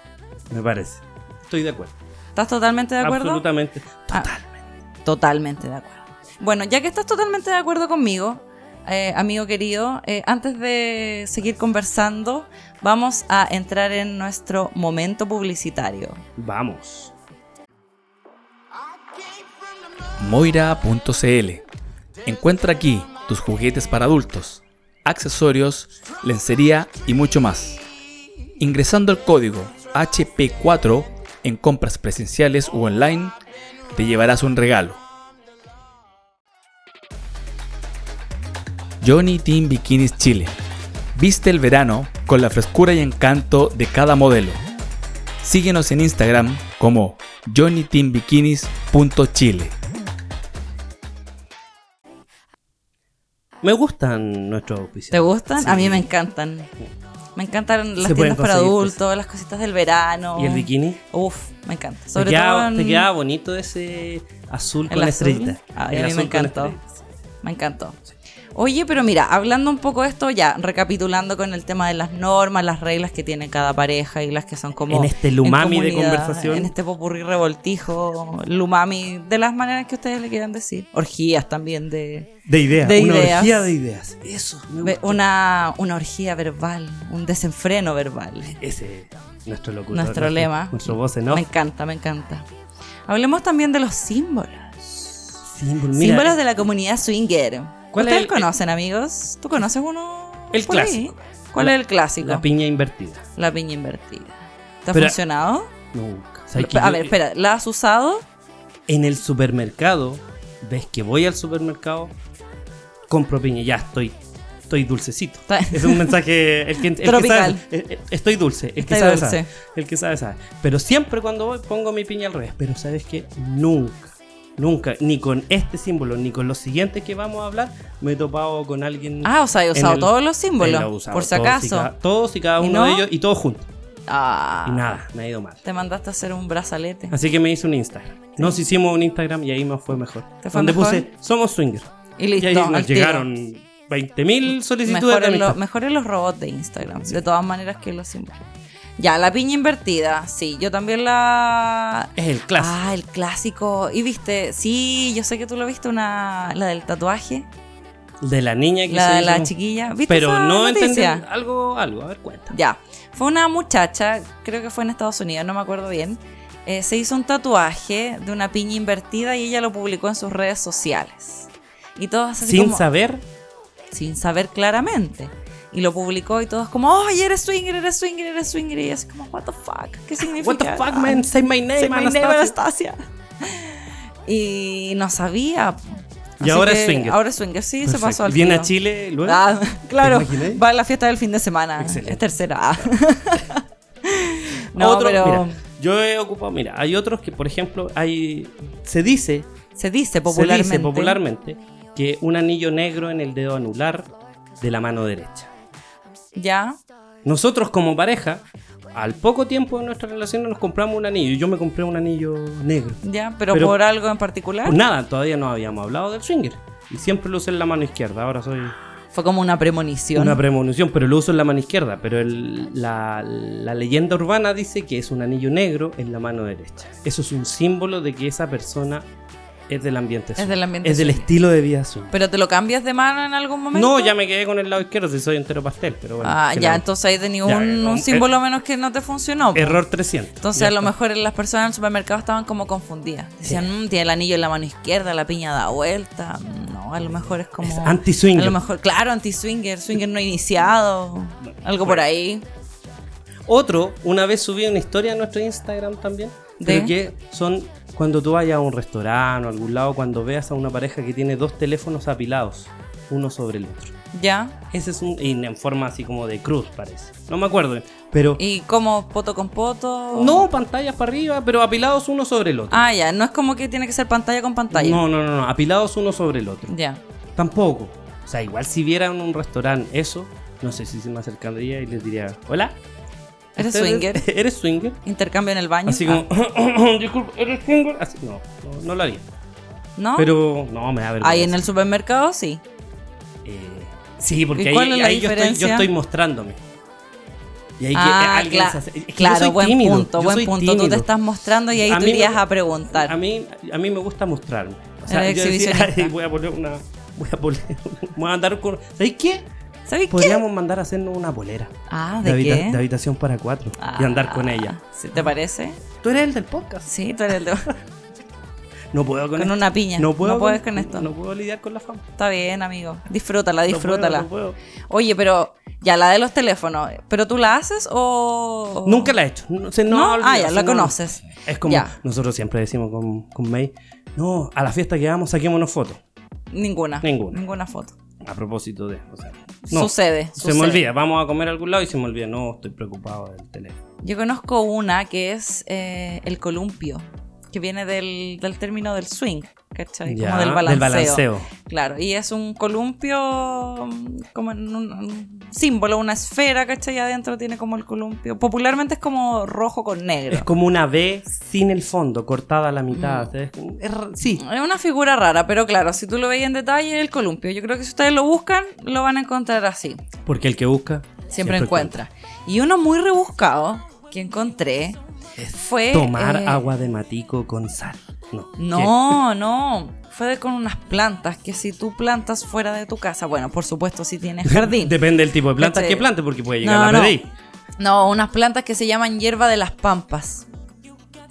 [SPEAKER 4] Me parece. Estoy de acuerdo.
[SPEAKER 3] estás totalmente de acuerdo
[SPEAKER 4] Absolutamente.
[SPEAKER 3] Ah, Totalmente de acuerdo. Bueno, ya que estás totalmente de acuerdo conmigo, eh, amigo querido, eh, antes de seguir conversando, vamos a entrar en nuestro momento publicitario.
[SPEAKER 4] Vamos.
[SPEAKER 5] Moira.cl Encuentra aquí tus juguetes para adultos, accesorios, lencería y mucho más. Ingresando el código HP4 en compras presenciales u online, te llevarás un regalo. Johnny Team Bikinis Chile. Viste el verano con la frescura y encanto de cada modelo. Síguenos en Instagram como johnnyteambikinis.chile.
[SPEAKER 4] Me gustan nuestros
[SPEAKER 3] ¿Te
[SPEAKER 4] auspiciadores.
[SPEAKER 3] gustan? A mí
[SPEAKER 4] Sí.
[SPEAKER 3] me encantan. Me encantan las
[SPEAKER 4] Se pueden
[SPEAKER 3] tiendas para
[SPEAKER 4] conseguir
[SPEAKER 3] adultos,
[SPEAKER 4] cosas.
[SPEAKER 3] las cositas del verano.
[SPEAKER 4] ¿Y el bikini?
[SPEAKER 3] Uf, me encanta.
[SPEAKER 4] Te
[SPEAKER 3] Sobre todo
[SPEAKER 4] queda,
[SPEAKER 3] en-
[SPEAKER 4] te queda bonito ese azul
[SPEAKER 3] el
[SPEAKER 4] con la
[SPEAKER 3] azul.
[SPEAKER 4] estrellita. Ah,
[SPEAKER 3] Ay,
[SPEAKER 4] El
[SPEAKER 3] a mí
[SPEAKER 4] azul
[SPEAKER 3] me
[SPEAKER 4] con
[SPEAKER 3] encantó.
[SPEAKER 4] estrellita.
[SPEAKER 3] Me encantó. Oye, pero mira, hablando un poco de esto ya, recapitulando con el tema de las normas, las reglas que tiene cada pareja y las que son como...
[SPEAKER 4] En este
[SPEAKER 3] en
[SPEAKER 4] lumami de
[SPEAKER 3] comunidad,
[SPEAKER 4] conversación.
[SPEAKER 3] En este popurrí revoltijo, lumami, de las maneras que ustedes le quieran decir. Orgías también de...
[SPEAKER 4] De ideas.
[SPEAKER 3] De
[SPEAKER 4] una
[SPEAKER 3] ideas.
[SPEAKER 4] orgía de ideas. Eso. me
[SPEAKER 3] ve-
[SPEAKER 4] gustó.
[SPEAKER 3] Una, una orgía verbal, un desenfreno verbal.
[SPEAKER 4] Ese nuestro locutor.
[SPEAKER 3] Nuestro lema.
[SPEAKER 4] Nuestro voz en off.
[SPEAKER 3] Me encanta, me encanta. Hablemos también de los símbolos.
[SPEAKER 4] Símbolo, mira,
[SPEAKER 3] símbolos de la comunidad swinger.
[SPEAKER 4] ¿Cuál es
[SPEAKER 3] ¿Ustedes
[SPEAKER 4] el-
[SPEAKER 3] conocen, amigos? ¿Tú conoces uno?
[SPEAKER 4] El
[SPEAKER 3] por ahí?
[SPEAKER 4] clásico.
[SPEAKER 3] ¿Cuál
[SPEAKER 4] La-
[SPEAKER 3] es el clásico?
[SPEAKER 4] La piña invertida.
[SPEAKER 3] La piña invertida. ¿Te ha
[SPEAKER 4] Pero-
[SPEAKER 3] funcionado?
[SPEAKER 4] Nunca. O sea, que
[SPEAKER 3] A
[SPEAKER 4] yo-
[SPEAKER 3] ver, espera, ¿la has usado?
[SPEAKER 4] En el supermercado, ves que voy al supermercado, compro piña, ya estoy, estoy dulcecito.
[SPEAKER 3] Está-
[SPEAKER 4] Es un mensaje. El que, el que
[SPEAKER 3] Tropical.
[SPEAKER 4] sabe- eh, eh, estoy dulce. El que
[SPEAKER 3] Estoy
[SPEAKER 4] sabe,
[SPEAKER 3] dulce.
[SPEAKER 4] sabe. El que sabe, sabe. Pero siempre cuando voy pongo mi piña al revés. Pero sabes que nunca, nunca, ni con este símbolo, ni con los siguientes que vamos a hablar, me he topado con alguien.
[SPEAKER 3] Ah, o sea, he
[SPEAKER 4] en
[SPEAKER 3] usado
[SPEAKER 4] el-
[SPEAKER 3] todos los símbolos,
[SPEAKER 4] Él lo ha usado,
[SPEAKER 3] por si
[SPEAKER 4] todos y
[SPEAKER 3] acaso.
[SPEAKER 4] cada- todos y cada
[SPEAKER 3] ¿Y
[SPEAKER 4] uno
[SPEAKER 3] no?
[SPEAKER 4] de ellos y todos juntos.
[SPEAKER 3] Ah,
[SPEAKER 4] Y nada, me ha ido mal.
[SPEAKER 3] te mandaste a hacer un brazalete.
[SPEAKER 4] Así que me hice un Instagram. Nos hicimos un Instagram y ahí me fue mejor.
[SPEAKER 3] ¿Te fue
[SPEAKER 4] donde
[SPEAKER 3] mejor?
[SPEAKER 4] puse Somos Swingers.
[SPEAKER 3] Y
[SPEAKER 4] Y
[SPEAKER 3] listo.
[SPEAKER 4] ahí
[SPEAKER 3] al
[SPEAKER 4] nos
[SPEAKER 3] tiro.
[SPEAKER 4] llegaron 20.000 solicitudes de
[SPEAKER 3] Mejoren, lo-
[SPEAKER 4] amistad.
[SPEAKER 3] mejoren los robots de Instagram, de todas maneras que los símbolos. Ya, la piña invertida, sí, yo también la...
[SPEAKER 4] Es el clásico.
[SPEAKER 3] Ah, el clásico. Y viste, sí, yo sé que tú lo viste, una, la del tatuaje,
[SPEAKER 4] de la niña que
[SPEAKER 3] la
[SPEAKER 4] se
[SPEAKER 3] de la
[SPEAKER 4] hizo-
[SPEAKER 3] chiquilla. ¿Viste
[SPEAKER 4] Pero
[SPEAKER 3] esa
[SPEAKER 4] no
[SPEAKER 3] noticia?
[SPEAKER 4] entendí algo, algo. A ver, cuenta.
[SPEAKER 3] Ya, fue una muchacha, creo que fue en Estados Unidos, no me acuerdo bien. eh, se hizo un tatuaje de una piña invertida y ella lo publicó en sus redes sociales. Y todas así
[SPEAKER 4] Sin
[SPEAKER 3] como-
[SPEAKER 4] saber,
[SPEAKER 3] sin saber claramente. Y lo publicó y todos como, ¡ay, eres swinger, eres swinger, eres swinger! Y así como, [LAUGHS] ¿what the fuck? ¿Qué significa?
[SPEAKER 4] what the fuck, man, say my
[SPEAKER 3] [LAUGHS]
[SPEAKER 4] name,
[SPEAKER 3] Say my name,
[SPEAKER 4] Anastasia.
[SPEAKER 3] Anastasia. Y no sabía.
[SPEAKER 4] Y ahora es swinger.
[SPEAKER 3] Ahora es swinger, sí, se
[SPEAKER 4] Perfecto.
[SPEAKER 3] pasó al
[SPEAKER 4] Viene
[SPEAKER 3] tiro.
[SPEAKER 4] a Chile luego.
[SPEAKER 3] Ah, claro,
[SPEAKER 4] ¿Te imaginas?
[SPEAKER 3] va a la fiesta del fin de semana.
[SPEAKER 4] Excelente.
[SPEAKER 3] Es tercera.
[SPEAKER 4] [LAUGHS]
[SPEAKER 3] Ah. no,
[SPEAKER 4] Otro-
[SPEAKER 3] pero
[SPEAKER 4] mira, yo he ocupado, mira, hay otros que, por ejemplo, hay se dice
[SPEAKER 3] se dice
[SPEAKER 4] se
[SPEAKER 3] popularmente.
[SPEAKER 4] dice popularmente que un anillo negro en el dedo anular de la mano derecha.
[SPEAKER 3] Ya,
[SPEAKER 4] Nosotros como pareja, al poco tiempo de nuestra relación nos compramos un anillo. Yo me compré un anillo negro.
[SPEAKER 3] ya, pero,
[SPEAKER 4] Pero-
[SPEAKER 3] por algo en particular.
[SPEAKER 4] Pues nada, todavía no habíamos hablado del swinger. Y siempre lo usé en la mano izquierda. Ahora soy
[SPEAKER 3] Fue como una premonición.
[SPEAKER 4] una premonición, pero lo uso en la mano izquierda. Pero el- la, la leyenda urbana dice que es un anillo negro en la mano derecha. Eso es un símbolo de que esa persona es del ambiente swinger.
[SPEAKER 3] del ambiente
[SPEAKER 4] Es del
[SPEAKER 3] swinger.
[SPEAKER 4] estilo de vida swinger.
[SPEAKER 3] ¿Pero te lo cambias de mano en algún momento?
[SPEAKER 4] No, ya me quedé con el lado izquierdo si soy entero pastel, pero bueno.
[SPEAKER 3] Ah,
[SPEAKER 4] que
[SPEAKER 3] ya,
[SPEAKER 4] no.
[SPEAKER 3] entonces ahí de
[SPEAKER 4] Ya, eh,
[SPEAKER 3] ningún
[SPEAKER 4] como-
[SPEAKER 3] un símbolo menos que no te funcionó. pues. po.
[SPEAKER 4] Error 300.
[SPEAKER 3] Entonces
[SPEAKER 4] Ya
[SPEAKER 3] a lo
[SPEAKER 4] está.
[SPEAKER 3] mejor las personas en el supermercado estaban como confundidas. Decían, "Mm, tiene el anillo en la mano izquierda, la piña da vuelta. No, a lo mejor es como...
[SPEAKER 4] Es anti-swinger.
[SPEAKER 3] A lo mejor, claro, anti-swinger, swinger no iniciado, algo por ahí.
[SPEAKER 4] Otro, una vez subí una historia a nuestro Instagram también, de
[SPEAKER 3] ¿De?
[SPEAKER 4] que son cuando tú vayas a un restaurante o a algún lado, cuando veas a una pareja que tiene dos teléfonos apilados, uno sobre el otro.
[SPEAKER 3] ¿Ya?
[SPEAKER 4] Ese es un. y en forma así como de cruz, parece. No me acuerdo, pero.
[SPEAKER 3] ¿Y como poto con poto?
[SPEAKER 4] No, pantallas para arriba, pero apilados uno sobre el otro.
[SPEAKER 3] Ah, ya, no es como que tiene que ser pantalla con pantalla.
[SPEAKER 4] No, no, no, no, apilados uno sobre el otro.
[SPEAKER 3] Ya.
[SPEAKER 4] Tampoco. O sea, igual si vieran un restaurante eso, no sé si se me acercaría y les diría, hola.
[SPEAKER 3] ¿Eres
[SPEAKER 4] ¿ustedes-
[SPEAKER 3] swinger?
[SPEAKER 4] [LAUGHS] ¿Eres swinger?
[SPEAKER 3] ¿Intercambio en el baño?
[SPEAKER 4] Así como, [COUGHS] disculpa, ¿eres swinger? Así, no, no, no lo haría.
[SPEAKER 3] Ah, ¿No?
[SPEAKER 4] Pero no, me da vergüenza.
[SPEAKER 3] Ahí en el supermercado sí.
[SPEAKER 4] Eh, sí, porque
[SPEAKER 3] ¿Y
[SPEAKER 4] ahí,
[SPEAKER 3] cuál es la
[SPEAKER 4] ahí yo, estoy, yo
[SPEAKER 3] diferencia?
[SPEAKER 4] estoy mostrándome. Y ahí
[SPEAKER 3] Ah,
[SPEAKER 4] que alguien
[SPEAKER 3] cla-
[SPEAKER 4] se hace- es que yo soy
[SPEAKER 3] claro, buen
[SPEAKER 4] tímido,
[SPEAKER 3] punto,
[SPEAKER 4] yo
[SPEAKER 3] buen
[SPEAKER 4] soy
[SPEAKER 3] punto. Tú
[SPEAKER 4] tímido.
[SPEAKER 3] te estás mostrando y ahí
[SPEAKER 4] A
[SPEAKER 3] tú
[SPEAKER 4] mí me-
[SPEAKER 3] irías a
[SPEAKER 4] A
[SPEAKER 3] preguntar.
[SPEAKER 4] mí, a mí me gusta mostrarme. O sea,
[SPEAKER 3] Eres
[SPEAKER 4] yo decía, [LAUGHS]
[SPEAKER 3] exhibicionista.
[SPEAKER 4] "Ay, voy a poner una. Voy a poner. [LAUGHS] Voy a andar con. ¿Sabéis qué?
[SPEAKER 3] ¿Sabes qué?
[SPEAKER 4] Podríamos mandar a hacernos una polera.
[SPEAKER 3] Ah, ¿de,
[SPEAKER 4] habita-
[SPEAKER 3] qué? Ah.
[SPEAKER 4] de habitación para cuatro. Y andar con ella.
[SPEAKER 3] ¿Sí ¿Te parece?
[SPEAKER 4] Tú eres el del podcast.
[SPEAKER 3] Sí, tú eres el de-
[SPEAKER 4] [LAUGHS] No puedo con,
[SPEAKER 3] Con
[SPEAKER 4] esto.
[SPEAKER 3] una piña.
[SPEAKER 4] No, puedo
[SPEAKER 3] No puedes con esto.
[SPEAKER 4] No puedo lidiar con la fama.
[SPEAKER 3] Está bien, amigo. Disfrútala,
[SPEAKER 4] No puedo,
[SPEAKER 3] disfrútala.
[SPEAKER 4] no puedo.
[SPEAKER 3] Oye, pero ya la de los teléfonos, ¿pero tú la haces o...?
[SPEAKER 4] Nunca la he hecho. No, se- no
[SPEAKER 3] ¿No?
[SPEAKER 4] ha olvidado,
[SPEAKER 3] Ah, ya,
[SPEAKER 4] se
[SPEAKER 3] la
[SPEAKER 4] no-
[SPEAKER 3] conoces.
[SPEAKER 4] Es como
[SPEAKER 3] Ya.
[SPEAKER 4] nosotros siempre decimos con, con May. No, a la fiesta que vamos saquémonos fotos.
[SPEAKER 3] Ninguna.
[SPEAKER 4] Ninguna.
[SPEAKER 3] foto.
[SPEAKER 4] A propósito de. o sea, no,
[SPEAKER 3] Sucede,
[SPEAKER 4] Se
[SPEAKER 3] sucede.
[SPEAKER 4] me olvida. Vamos a comer a algún lado y se me olvida. No, estoy preocupado del teléfono.
[SPEAKER 3] Yo conozco una que es eh, el columpio, que viene del, del término del swing, ¿cachai?
[SPEAKER 4] Ya,
[SPEAKER 3] como del balanceo.
[SPEAKER 4] Del balanceo.
[SPEAKER 3] Claro, y es un columpio mm, como en un, un símbolo, una esfera, ¿cachai? Adentro tiene como el columpio. Popularmente es como rojo con negro.
[SPEAKER 4] Es como una V sin el fondo, cortada a la
[SPEAKER 3] Mm.
[SPEAKER 4] mitad. Es- es ra- sí,
[SPEAKER 3] Es una figura rara, pero claro, si tú lo veis en detalle, el columpio. Yo creo que si ustedes lo buscan, lo van a encontrar así.
[SPEAKER 4] porque el que busca
[SPEAKER 3] Siempre, encuentra. Y uno muy rebuscado que encontré fue.
[SPEAKER 4] Tomar
[SPEAKER 3] eh,
[SPEAKER 4] agua de matico con sal. No.
[SPEAKER 3] No, no. Fue de- con unas plantas que si tú plantas fuera de tu casa, bueno, por supuesto, si
[SPEAKER 4] [LAUGHS]
[SPEAKER 3] tienes
[SPEAKER 4] ¿Qué?
[SPEAKER 3] jardín.
[SPEAKER 4] Depende del tipo de plantas
[SPEAKER 3] Este-
[SPEAKER 4] que plante, porque puede llegar
[SPEAKER 3] No,
[SPEAKER 4] a la
[SPEAKER 3] no.
[SPEAKER 4] PDI.
[SPEAKER 3] No, unas plantas que se llaman hierba de las pampas.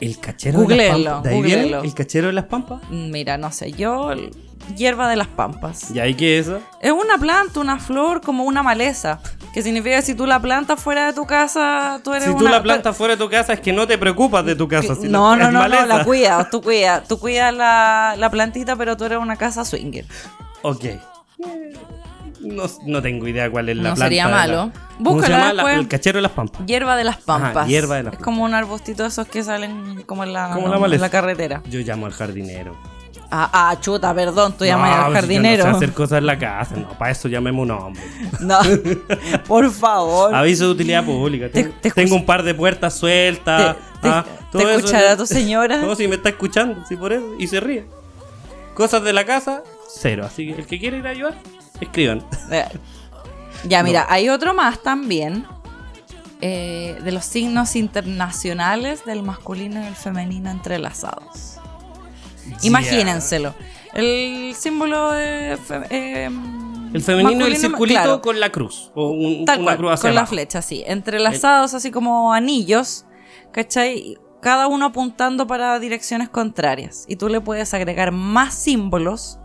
[SPEAKER 4] El cachero de
[SPEAKER 3] Googleenlo,
[SPEAKER 4] las pampas. ¿De ahí viene?
[SPEAKER 3] googleenlo.
[SPEAKER 4] ¿El cachero de las pampas?
[SPEAKER 3] Mira, no sé, yo. Hierba de las pampas.
[SPEAKER 4] ¿Y ahí qué es eso?
[SPEAKER 3] Es una planta, una flor, como una maleza. Que significa que si tú la plantas fuera de tu casa, tú eres
[SPEAKER 4] Si tú
[SPEAKER 3] una-
[SPEAKER 4] la plantas fuera de tu casa, es que no te preocupas de tu casa. si
[SPEAKER 3] No,
[SPEAKER 4] la-
[SPEAKER 3] no, no,
[SPEAKER 4] es
[SPEAKER 3] no,
[SPEAKER 4] maleza.
[SPEAKER 3] la cuidas, tú cuidas, tú cuidas la, la plantita, pero tú eres una casa swinger.
[SPEAKER 4] Ok. No, no tengo idea cuál es la
[SPEAKER 3] No
[SPEAKER 4] planta.
[SPEAKER 3] sería
[SPEAKER 4] de la-
[SPEAKER 3] malo.
[SPEAKER 4] ¿Cómo se
[SPEAKER 3] Búscala
[SPEAKER 4] llama? La-
[SPEAKER 3] después.
[SPEAKER 4] el cachero de las pampas.
[SPEAKER 3] Hierba de las pampas.
[SPEAKER 4] Ajá, hierba de las
[SPEAKER 3] es como un arbustito de esos que salen como en la,
[SPEAKER 4] Como
[SPEAKER 3] no,
[SPEAKER 4] la
[SPEAKER 3] en
[SPEAKER 4] maleza.
[SPEAKER 3] carretera.
[SPEAKER 4] Yo llamo al jardinero.
[SPEAKER 3] Ah, ah, chuta, perdón, tú llamas
[SPEAKER 4] No,
[SPEAKER 3] al
[SPEAKER 4] si yo
[SPEAKER 3] jardinero.
[SPEAKER 4] No sé hacer cosas en la casa. No, para eso llamemos a un hombre.
[SPEAKER 3] [LAUGHS] No, por favor.
[SPEAKER 4] Aviso de utilidad pública.
[SPEAKER 3] Te-
[SPEAKER 4] Tengo-
[SPEAKER 3] te escucha-
[SPEAKER 4] tengo un par de puertas sueltas. ah,
[SPEAKER 3] Te- te- te escuchará tu señora.
[SPEAKER 4] [LAUGHS] No, si me está escuchando, sí, por eso. Y se ríe. Cosas de la casa, cero. Así que el que quiere ir a ayudar,
[SPEAKER 3] [LAUGHS]
[SPEAKER 4] escriban.
[SPEAKER 3] Eh, Ya, mira, hay otro más también eh, de los signos internacionales del masculino y el femenino entrelazados. Imagínenselo. El símbolo de fe- eh,
[SPEAKER 4] El femenino, el
[SPEAKER 3] masculino,
[SPEAKER 4] circulito
[SPEAKER 3] claro,
[SPEAKER 4] con la cruz. O un,
[SPEAKER 3] tal
[SPEAKER 4] una
[SPEAKER 3] cual,
[SPEAKER 4] cruz hacia
[SPEAKER 3] con la
[SPEAKER 4] abajo.
[SPEAKER 3] flecha, sí. Entrelazados así como anillos, ¿cachai? Cada uno apuntando para direcciones contrarias. Y tú le puedes agregar más símbolos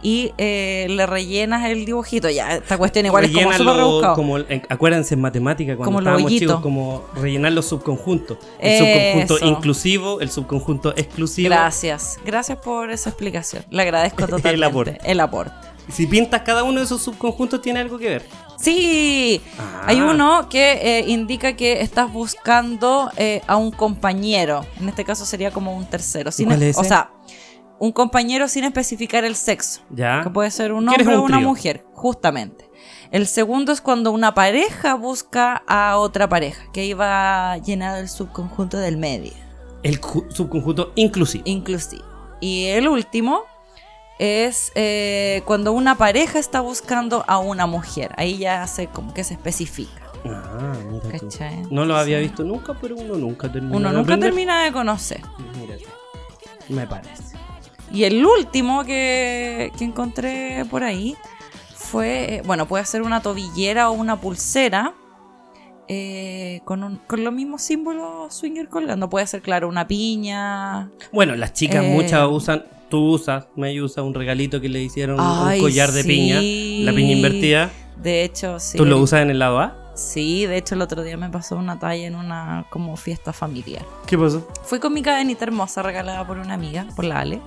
[SPEAKER 3] y eh, le rellenas el dibujito. Ya, esta cuestión igual es como
[SPEAKER 4] Rellenan
[SPEAKER 3] súper
[SPEAKER 4] lo-
[SPEAKER 3] rebuscado.
[SPEAKER 4] como el- en- acuérdense en matemática cuando
[SPEAKER 3] Como los
[SPEAKER 4] estábamos
[SPEAKER 3] hoyitos.
[SPEAKER 4] chicos, como rellenar los subconjuntos. El
[SPEAKER 3] Eso.
[SPEAKER 4] subconjunto inclusivo, el subconjunto exclusivo.
[SPEAKER 3] Gracias, gracias por esa explicación. Le
[SPEAKER 4] [LAUGHS]
[SPEAKER 3] agradezco totalmente el
[SPEAKER 4] aporte.
[SPEAKER 3] aporte.
[SPEAKER 4] Si pintas cada uno de esos subconjuntos, tiene algo que ver.
[SPEAKER 3] Sí,
[SPEAKER 4] Ah.
[SPEAKER 3] hay uno que eh, indica que estás buscando eh, a un compañero. En este caso sería como un tercero. Sin e-
[SPEAKER 4] cuál es
[SPEAKER 3] O
[SPEAKER 4] ese?
[SPEAKER 3] sea, un compañero sin especificar el sexo.
[SPEAKER 4] Ya.
[SPEAKER 3] Que puede ser un
[SPEAKER 4] ¿Quieres
[SPEAKER 3] hombre o
[SPEAKER 4] un
[SPEAKER 3] una
[SPEAKER 4] trío?
[SPEAKER 3] mujer, justamente. El segundo es cuando una pareja busca a otra pareja, que iba llenado el subconjunto del medio.
[SPEAKER 4] El ju- subconjunto inclusivo.
[SPEAKER 3] inclusive. Y el último es eh, cuando una pareja está buscando a una mujer. Ahí ya se como que se especifica.
[SPEAKER 4] Ah, mira tú.
[SPEAKER 3] ¿Cachai?
[SPEAKER 4] No lo había visto nunca, pero uno nunca termina.
[SPEAKER 3] Uno
[SPEAKER 4] de
[SPEAKER 3] nunca
[SPEAKER 4] aprender.
[SPEAKER 3] termina de conocer.
[SPEAKER 4] Mira tú. Me parece.
[SPEAKER 3] Y el último que, que encontré por ahí fue, eh, bueno, puede ser una tobillera o una pulsera. eh, con, un- con los mismos símbolos swinger colgando. Puede ser, claro, una piña.
[SPEAKER 4] Bueno, las chicas
[SPEAKER 3] Eh.
[SPEAKER 4] muchas usan. Tú usas, me usa un regalito que le hicieron
[SPEAKER 3] Ay,
[SPEAKER 4] un collar de
[SPEAKER 3] sí.
[SPEAKER 4] piña, la piña invertida.
[SPEAKER 3] De hecho, sí.
[SPEAKER 4] ¿Tú lo usas en el lado A?
[SPEAKER 3] Sí, de hecho el otro día me pasó una talla en una como fiesta familiar.
[SPEAKER 4] ¿Qué pasó?
[SPEAKER 3] Fui con mi cadenita hermosa regalada por una amiga, por la Ale.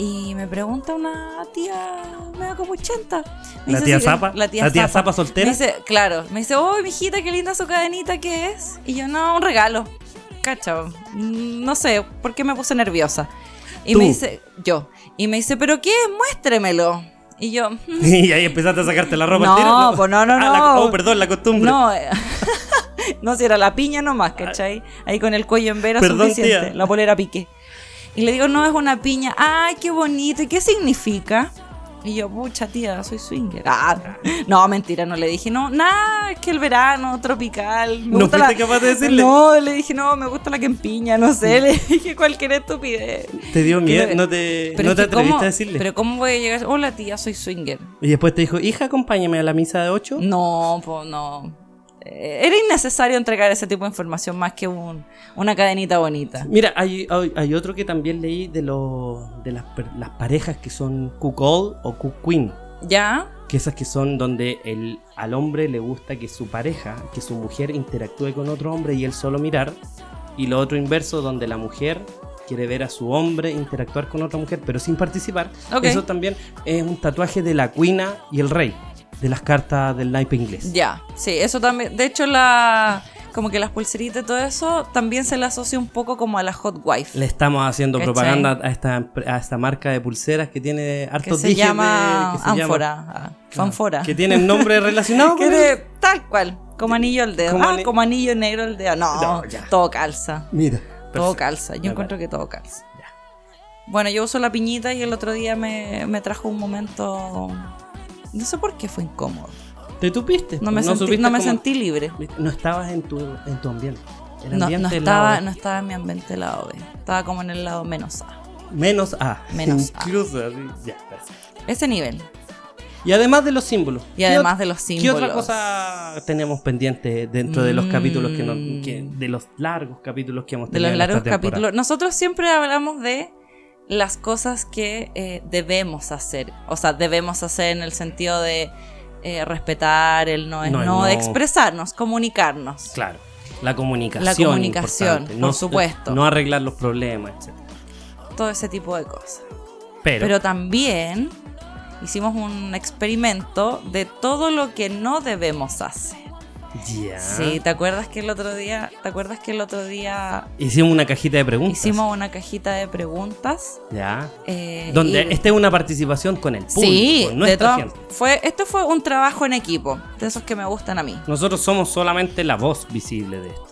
[SPEAKER 3] Y me pregunta una tía medio como ochenta. Me
[SPEAKER 4] ¿La
[SPEAKER 3] dice
[SPEAKER 4] tía
[SPEAKER 3] así que-
[SPEAKER 4] Zapa?
[SPEAKER 3] La tía, Zapa.
[SPEAKER 4] soltera?
[SPEAKER 3] Me dice, claro, me dice, oh, mijita, qué linda su cadenita que es. Y yo, no, un regalo. Cacha, mm, no sé, ¿por qué me puse nerviosa? Y
[SPEAKER 4] Tú.
[SPEAKER 3] me dice, yo. Y me dice, ¿pero qué? es? Muéstremelo. Y yo,
[SPEAKER 4] [LAUGHS] y ahí empezaste a sacarte la ropa
[SPEAKER 3] No,
[SPEAKER 4] al tiro,
[SPEAKER 3] pues no, no,
[SPEAKER 4] Ah, la-
[SPEAKER 3] no.
[SPEAKER 4] oh, perdón, la costumbre.
[SPEAKER 3] No, eh, [LAUGHS] no, si era la piña nomás, ¿cachai? Ahí con el cuello en vera
[SPEAKER 4] Perdón,
[SPEAKER 3] suficiente,
[SPEAKER 4] tía.
[SPEAKER 3] la polera pique. Y le digo, no, es una piña. Ay, qué bonito. ¿Y qué significa? Y yo, pucha tía, soy swinger. Ah, no, mentira, no le dije, no, nada, es que el verano tropical. me
[SPEAKER 4] No
[SPEAKER 3] gusta
[SPEAKER 4] fuiste capaz de decirle.
[SPEAKER 3] No, le dije, no, me gusta la quempiña, no sé, [LAUGHS] le dije cualquier estupidez.
[SPEAKER 4] Te dio miedo,
[SPEAKER 3] Pero-
[SPEAKER 4] no te,
[SPEAKER 3] Pero
[SPEAKER 4] no
[SPEAKER 3] es
[SPEAKER 4] te
[SPEAKER 3] que
[SPEAKER 4] atreviste
[SPEAKER 3] cómo-
[SPEAKER 4] a decirle.
[SPEAKER 3] Pero ¿cómo voy a llegar? Hola tía, soy swinger.
[SPEAKER 4] Y después te dijo, hija, acompáñame a la misa de 8.
[SPEAKER 3] No, pues no. Eh, Era innecesario entregar ese tipo de información más que un, una cadenita bonita.
[SPEAKER 4] Mira, hay, hay, hay otro que también leí de, los de las, per- las parejas que son cuckold o cook queen.
[SPEAKER 3] ¿Ya?
[SPEAKER 4] Que esas que son donde el, al hombre le gusta que su pareja, que su mujer interactúe con otro hombre y él solo mirar. Y lo otro inverso, donde la mujer quiere ver a su hombre interactuar con otra mujer, pero sin participar.
[SPEAKER 3] Ok.
[SPEAKER 4] Eso también es un tatuaje de la cuina y el rey, de las cartas del naipe inglés.
[SPEAKER 3] Ya, sí, eso también. De hecho, la como que las pulseritas y todo eso también se le asocia un poco como a la hot wife.
[SPEAKER 4] Le estamos haciendo
[SPEAKER 3] ¿Cachai?
[SPEAKER 4] propaganda a esta, empre- a esta marca de pulseras que tiene
[SPEAKER 3] que
[SPEAKER 4] hartos
[SPEAKER 3] se
[SPEAKER 4] dijes
[SPEAKER 3] llama
[SPEAKER 4] de- que se llama-
[SPEAKER 3] ánfora. ah, Fanfora.
[SPEAKER 4] Que
[SPEAKER 3] [LAUGHS]
[SPEAKER 4] tienen nombre relacionado
[SPEAKER 3] Que
[SPEAKER 4] con
[SPEAKER 3] de-
[SPEAKER 4] él.
[SPEAKER 3] tal cual, como anillo al dedo.
[SPEAKER 4] Como
[SPEAKER 3] ah,
[SPEAKER 4] ani-
[SPEAKER 3] como anillo negro al dedo. No,
[SPEAKER 4] No, ya.
[SPEAKER 3] todo calza.
[SPEAKER 4] Mira.
[SPEAKER 3] Todo
[SPEAKER 4] perfecto.
[SPEAKER 3] calza. Yo
[SPEAKER 4] Ya,
[SPEAKER 3] encuentro que todo calza. Bueno, yo uso la piñita y el otro día me, me trajo un momento. No sé por qué fue incómodo.
[SPEAKER 4] Te tupiste.
[SPEAKER 3] No me, sentí,
[SPEAKER 4] supiste
[SPEAKER 3] no me
[SPEAKER 4] cómo-
[SPEAKER 3] sentí libre.
[SPEAKER 4] Viste, No estabas en tu, en tu ambiente. El
[SPEAKER 3] No,
[SPEAKER 4] ambiente
[SPEAKER 3] no
[SPEAKER 4] es
[SPEAKER 3] estaba,
[SPEAKER 4] la-
[SPEAKER 3] no estaba en mi ambiente lado B. Estaba como en el lado menos A.
[SPEAKER 4] Menos A.
[SPEAKER 3] Menos A.
[SPEAKER 4] Incluso así. Ya, perfecto.
[SPEAKER 3] Ese nivel.
[SPEAKER 4] Y además de los símbolos.
[SPEAKER 3] Y además
[SPEAKER 4] ¿qué
[SPEAKER 3] de los
[SPEAKER 4] ot-
[SPEAKER 3] símbolos.
[SPEAKER 4] ¿Qué otra cosa tenemos pendiente dentro de los
[SPEAKER 3] Mm.
[SPEAKER 4] capítulos que, no- que- de los largos capítulos que hemos
[SPEAKER 3] De
[SPEAKER 4] tenido?
[SPEAKER 3] los
[SPEAKER 4] en esta
[SPEAKER 3] largos
[SPEAKER 4] temporada?
[SPEAKER 3] capítulos. Nosotros siempre hablamos de las cosas que eh, debemos hacer. O sea, debemos hacer en el sentido de eh, respetar el no es no,
[SPEAKER 4] No es no.
[SPEAKER 3] de expresarnos, comunicarnos.
[SPEAKER 4] Claro. La comunicación.
[SPEAKER 3] La comunicación,
[SPEAKER 4] importante.
[SPEAKER 3] por
[SPEAKER 4] no,
[SPEAKER 3] supuesto.
[SPEAKER 4] No arreglar los problemas, etc.
[SPEAKER 3] Todo ese tipo de cosas.
[SPEAKER 4] Pero,
[SPEAKER 3] Pero también hicimos un experimento de todo lo que no debemos hacer.
[SPEAKER 4] ya.
[SPEAKER 3] Sí, ¿te acuerdas que el otro día, te acuerdas que el otro día
[SPEAKER 4] Hicimos una cajita de preguntas.
[SPEAKER 3] hicimos una cajita de preguntas?
[SPEAKER 4] Ya.
[SPEAKER 3] eh,
[SPEAKER 4] Donde
[SPEAKER 3] y-
[SPEAKER 4] esta es una participación con el público,
[SPEAKER 3] Sí,
[SPEAKER 4] con
[SPEAKER 3] de
[SPEAKER 4] nuestra
[SPEAKER 3] todas-
[SPEAKER 4] gente.
[SPEAKER 3] fue, esto fue un trabajo en equipo, de esos que me gustan a mí.
[SPEAKER 4] Nosotros somos solamente la voz visible de esto.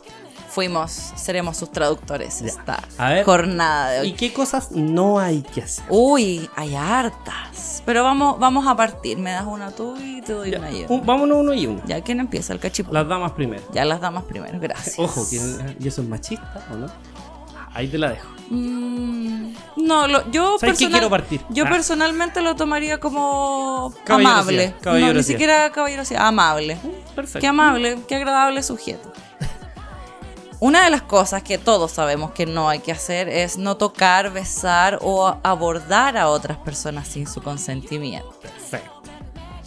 [SPEAKER 3] Fuimos, seremos sus traductores
[SPEAKER 4] Ya.
[SPEAKER 3] esta
[SPEAKER 4] A ver.
[SPEAKER 3] jornada de
[SPEAKER 4] ¿Y
[SPEAKER 3] hoy.
[SPEAKER 4] qué cosas no hay que hacer?
[SPEAKER 3] Uy, hay hartas. Pero vamos, vamos a partir. Me das una tú y te doy
[SPEAKER 4] Ya,
[SPEAKER 3] una yo.
[SPEAKER 4] un- vámonos uno y uno.
[SPEAKER 3] Ya, ¿quién empieza? El cachipú.
[SPEAKER 4] Las damas primero.
[SPEAKER 3] Ya las damas primero, gracias.
[SPEAKER 4] Ojo, que- ¿y eso es machista o no? Ah, Ahí te la dejo.
[SPEAKER 3] Mm, no, lo- yo,
[SPEAKER 4] ¿Sabes qué
[SPEAKER 3] personal-
[SPEAKER 4] quiero partir?
[SPEAKER 3] yo
[SPEAKER 4] Ah.
[SPEAKER 3] personalmente lo tomaría como
[SPEAKER 4] Caballerosidad,
[SPEAKER 3] amable. No, ni
[SPEAKER 4] caballerosidad.
[SPEAKER 3] siquiera caballerosidad, amable.
[SPEAKER 4] Uh, Perfecto.
[SPEAKER 3] Qué amable, qué agradable sujeto. Una de las cosas que todos sabemos que no hay que hacer es no tocar, besar o a- abordar a otras personas sin su consentimiento.
[SPEAKER 4] Perfecto.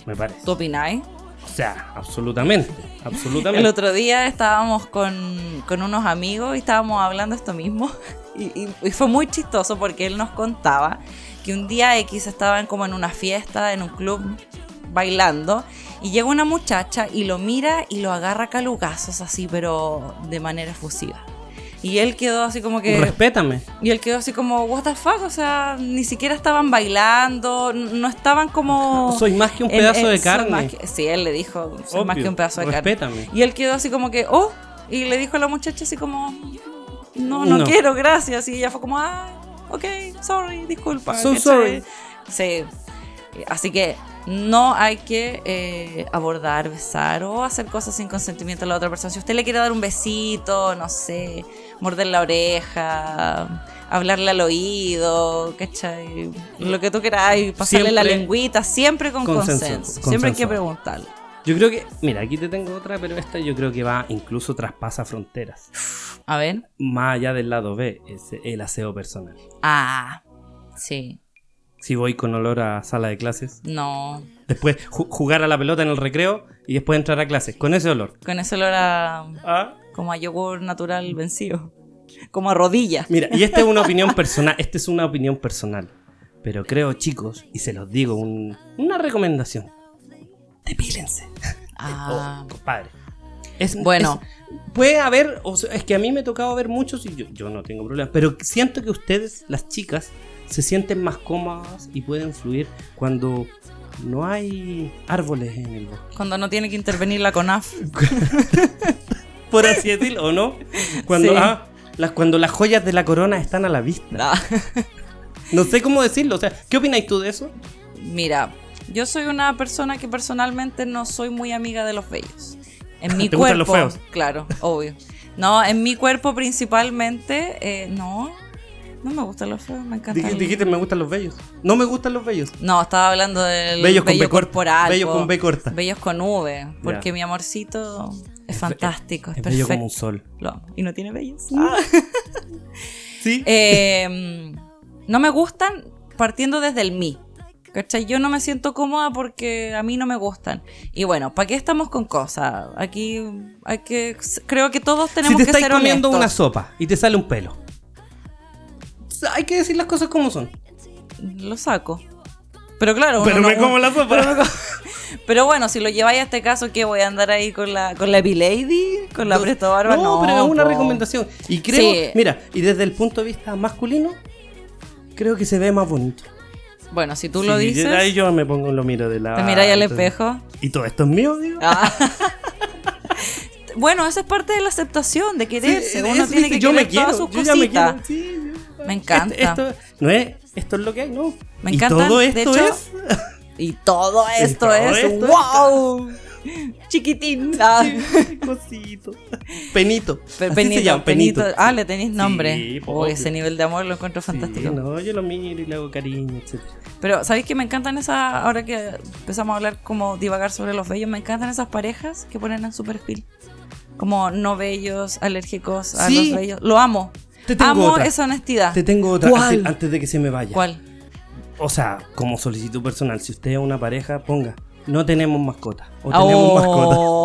[SPEAKER 4] Me parece.
[SPEAKER 3] ¿Tú opináis?
[SPEAKER 4] O sea,
[SPEAKER 3] [LAUGHS]
[SPEAKER 4] absolutamente. Absolutamente.
[SPEAKER 3] El otro día estábamos con, con unos amigos y estábamos hablando esto mismo. Y, y- y fue muy chistoso porque él nos contaba que un día X estaban como en una fiesta, en un club, bailando. Y llega una muchacha y lo mira y lo agarra a calugazos así, pero de manera efusiva. Y él quedó así como que...
[SPEAKER 4] Respétame.
[SPEAKER 3] Y él quedó así como, what the fuck, o sea, ni siquiera estaban bailando, n- no estaban como...
[SPEAKER 4] Soy más que un
[SPEAKER 3] en-
[SPEAKER 4] pedazo
[SPEAKER 3] en-
[SPEAKER 4] de
[SPEAKER 3] soy
[SPEAKER 4] carne.
[SPEAKER 3] más que- sí, él le dijo, soy más
[SPEAKER 4] Obvio,
[SPEAKER 3] que un pedazo de
[SPEAKER 4] respétame.
[SPEAKER 3] carne. Y él quedó así como que, oh, y le dijo a la muchacha así como, no, no,
[SPEAKER 4] No.
[SPEAKER 3] quiero, gracias. Y ella fue como, ah, ok, sorry, disculpa.
[SPEAKER 4] So
[SPEAKER 3] ¿cachai?
[SPEAKER 4] sorry.
[SPEAKER 3] Sí, Eh, así que no hay que eh, abordar, besar o hacer cosas sin consentimiento a la otra persona. Si usted le quiere dar un besito, no sé, morder la oreja, hablarle al oído, ¿cachai? Lo que tú queráis, pasarle la
[SPEAKER 4] Siempre
[SPEAKER 3] lengüita, siempre con
[SPEAKER 4] consensuado,
[SPEAKER 3] consenso. Siempre hay que
[SPEAKER 4] consensuado.
[SPEAKER 3] preguntarle.
[SPEAKER 4] Yo creo que. Mira, aquí te tengo otra, pero esta yo creo que va incluso traspasa fronteras.
[SPEAKER 3] A ver.
[SPEAKER 4] Más allá del lado B, es el aseo personal.
[SPEAKER 3] Ah, sí,
[SPEAKER 4] Si voy con olor a sala de clases,
[SPEAKER 3] no.
[SPEAKER 4] después ju- jugar a la pelota en el recreo y después entrar a clases con ese olor.
[SPEAKER 3] Con ese olor a,
[SPEAKER 4] Ah,
[SPEAKER 3] como a yogur natural vencido, como a rodilla.
[SPEAKER 4] Mira, y esta es una opinión personal. Esta es una opinión personal. Pero creo, chicos, y se los digo, un- una recomendación. Depílense.
[SPEAKER 3] Ah.
[SPEAKER 4] Oh, compadre. Es,
[SPEAKER 3] Bueno.
[SPEAKER 4] es- puede haber, o sea, es que a mí me ha tocado ver muchos y yo, yo no tengo problema. Pero siento que ustedes, las chicas, se sienten más cómodas y pueden fluir cuando no hay árboles en el bosque.
[SPEAKER 3] Cuando no tiene que intervenir la CONAF.
[SPEAKER 4] Por así decirlo, ¿o no? Cuando,
[SPEAKER 3] Sí.
[SPEAKER 4] ah, las, cuando las joyas de la corona están a la vista.
[SPEAKER 3] Ah.
[SPEAKER 4] No sé cómo decirlo. O sea, ¿qué opináis tú de eso?
[SPEAKER 3] [LAUGHS] Mira, yo soy una persona que personalmente no soy muy amiga de los bellos.
[SPEAKER 4] [LAUGHS]
[SPEAKER 3] En mi
[SPEAKER 4] ¿Te
[SPEAKER 3] cuerpo,
[SPEAKER 4] gustan los feos?
[SPEAKER 3] claro, obvio. No, en mi cuerpo principalmente, eh, no, no me gustan los feos, me encantan.
[SPEAKER 4] Dij-
[SPEAKER 3] los-
[SPEAKER 4] Dijiste, me gustan los bellos. No me gustan los bellos.
[SPEAKER 3] No, estaba hablando del
[SPEAKER 4] Bellos con
[SPEAKER 3] vello
[SPEAKER 4] B corta,
[SPEAKER 3] corporal.
[SPEAKER 4] bellos
[SPEAKER 3] po,
[SPEAKER 4] con B corta.
[SPEAKER 3] Bellos con V, porque
[SPEAKER 4] Ya.
[SPEAKER 3] mi amorcito es fantástico, es,
[SPEAKER 4] Es bello
[SPEAKER 3] perfecto.
[SPEAKER 4] como un sol. Uh.
[SPEAKER 3] Lo amo. Y no tiene bellos. Ah.
[SPEAKER 4] Sí.
[SPEAKER 3] Eh, no me gustan partiendo desde el mí. ¿Cachai? Yo no me siento cómoda porque a mí no me gustan. Y bueno, ¿para qué estamos con cosas? Aquí hay que. Creo que todos
[SPEAKER 4] si
[SPEAKER 3] tenemos
[SPEAKER 4] te
[SPEAKER 3] que
[SPEAKER 4] estáis
[SPEAKER 3] ser
[SPEAKER 4] comiendo una
[SPEAKER 3] honestos.
[SPEAKER 4] sopa y te sale un pelo. Hay que decir las cosas como son.
[SPEAKER 3] Lo saco. Pero claro, uno
[SPEAKER 4] Pero
[SPEAKER 3] no-
[SPEAKER 4] me como la sopa.
[SPEAKER 3] [LAUGHS] pero bueno, si lo lleváis a este caso, ¿qué voy a andar ahí con la con la Lady? ¿Con la Presto Barba? No,
[SPEAKER 4] pero es una
[SPEAKER 3] po.
[SPEAKER 4] recomendación. Y creo,
[SPEAKER 3] Sí.
[SPEAKER 4] mira, y desde el punto de vista masculino, creo que se ve más bonito.
[SPEAKER 3] Bueno, si tú lo
[SPEAKER 4] Sí,
[SPEAKER 3] dices,
[SPEAKER 4] Ahí ah, yo me pongo lo miro de la.
[SPEAKER 3] te miráis al
[SPEAKER 4] entonces-
[SPEAKER 3] espejo.
[SPEAKER 4] Y todo esto es mío, digo.
[SPEAKER 3] Ah. [LAUGHS] bueno, esa es parte de la aceptación, de
[SPEAKER 4] Sí,
[SPEAKER 3] quererse.
[SPEAKER 4] es-
[SPEAKER 3] Uno
[SPEAKER 4] es-
[SPEAKER 3] tiene que
[SPEAKER 4] yo
[SPEAKER 3] querer
[SPEAKER 4] me
[SPEAKER 3] todas
[SPEAKER 4] quiero,
[SPEAKER 3] sus
[SPEAKER 4] yo ya me
[SPEAKER 3] cositas.
[SPEAKER 4] quiero, sí, yo-
[SPEAKER 3] Me encanta.
[SPEAKER 4] Este- esto, no es, esto es lo que hay, no.
[SPEAKER 3] Me
[SPEAKER 4] Y
[SPEAKER 3] encantan,
[SPEAKER 4] todo
[SPEAKER 3] de
[SPEAKER 4] esto
[SPEAKER 3] hecho-
[SPEAKER 4] es.
[SPEAKER 3] Y todo esto
[SPEAKER 4] todo
[SPEAKER 3] es
[SPEAKER 4] esto es- [LAUGHS]
[SPEAKER 3] wow. Chiquitín. [LAUGHS] Ah,
[SPEAKER 4] Cosito. Penito.
[SPEAKER 3] pe-
[SPEAKER 4] Así
[SPEAKER 3] Penito,
[SPEAKER 4] se llama,
[SPEAKER 3] Penito. Ah, le tenéis nombre.
[SPEAKER 4] Sí, po,
[SPEAKER 3] Oh, ese nivel de amor lo encuentro fantástico.
[SPEAKER 4] Sí, no, yo lo miro y le hago cariño, etc.
[SPEAKER 3] Pero, ¿sabéis que me encantan esas. Ahora que empezamos a hablar, como divagar sobre los bellos, me encantan esas parejas que ponen en su perfil. Como no bellos, alérgicos a
[SPEAKER 4] Sí.
[SPEAKER 3] los bellos. Lo amo.
[SPEAKER 4] Te tengo
[SPEAKER 3] Amo
[SPEAKER 4] otra.
[SPEAKER 3] esa honestidad.
[SPEAKER 4] Te tengo otra
[SPEAKER 3] ¿Cuál?
[SPEAKER 4] antes, antes de que se me vaya.
[SPEAKER 3] ¿Cuál?
[SPEAKER 4] O sea, como solicitud personal, si usted es una pareja, ponga. No tenemos mascota. O
[SPEAKER 3] Ah,
[SPEAKER 4] tenemos
[SPEAKER 3] oh,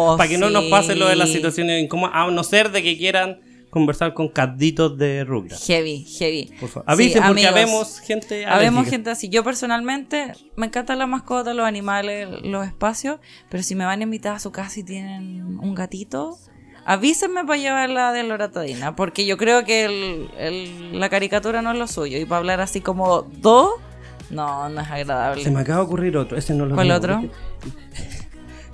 [SPEAKER 4] [LAUGHS] mascota. Para que no nos
[SPEAKER 3] sí.
[SPEAKER 4] pase lo de las situaciones incómodas, a no ser de que quieran conversar con caditos de rubra.
[SPEAKER 3] Heavy, heavy.
[SPEAKER 4] Por favor. Avisen
[SPEAKER 3] Sí,
[SPEAKER 4] porque
[SPEAKER 3] amigos.
[SPEAKER 4] habemos gente.
[SPEAKER 3] Habemos
[SPEAKER 4] alérgica.
[SPEAKER 3] gente así. Yo personalmente me encantan las mascotas, los animales, los espacios, pero si me van a invitar a su casa y tienen un gatito, avísenme para llevarla de Loratadina, porque yo creo que el- el- la caricatura no es lo suyo. Y para hablar así como do, no, no es
[SPEAKER 4] Se me
[SPEAKER 3] agradable.
[SPEAKER 4] acaba de ocurrir otro. Ese no lo
[SPEAKER 3] ¿Cuál
[SPEAKER 4] tengo,
[SPEAKER 3] otro?
[SPEAKER 4] porque- [LAUGHS]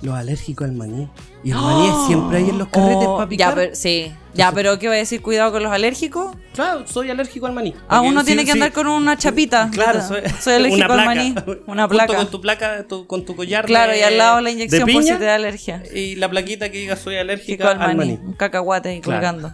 [SPEAKER 4] Los alérgicos al maní. Y el maní siempre hay en los carretes
[SPEAKER 3] Oh,
[SPEAKER 4] para
[SPEAKER 3] ya,
[SPEAKER 4] picar.
[SPEAKER 3] pero, sí. Ya, pero ¿qué voy a decir? Cuidado con los alérgicos.
[SPEAKER 4] Claro, soy alérgico al maní.
[SPEAKER 3] Ah,
[SPEAKER 4] Porque
[SPEAKER 3] uno
[SPEAKER 4] sí-
[SPEAKER 3] tiene que
[SPEAKER 4] sí-
[SPEAKER 3] andar con una chapita.
[SPEAKER 4] [LAUGHS] Claro,
[SPEAKER 3] [LAUGHS]
[SPEAKER 4] soy,
[SPEAKER 3] Uh, soy alérgico
[SPEAKER 4] una
[SPEAKER 3] al
[SPEAKER 4] placa.
[SPEAKER 3] [LAUGHS] maní. Una
[SPEAKER 4] Junto
[SPEAKER 3] placa.
[SPEAKER 4] con tu placa, tu- con tu collar.
[SPEAKER 3] Claro,
[SPEAKER 4] de-
[SPEAKER 3] y al lado la
[SPEAKER 4] de
[SPEAKER 3] inyección por si
[SPEAKER 4] piña
[SPEAKER 3] te da alergia.
[SPEAKER 4] Y la plaquita que diga soy
[SPEAKER 3] Chico
[SPEAKER 4] alérgica
[SPEAKER 3] al
[SPEAKER 4] al,
[SPEAKER 3] eh, maní,
[SPEAKER 4] maní.
[SPEAKER 3] un cacahuate ahí
[SPEAKER 4] Claro.
[SPEAKER 3] colgando.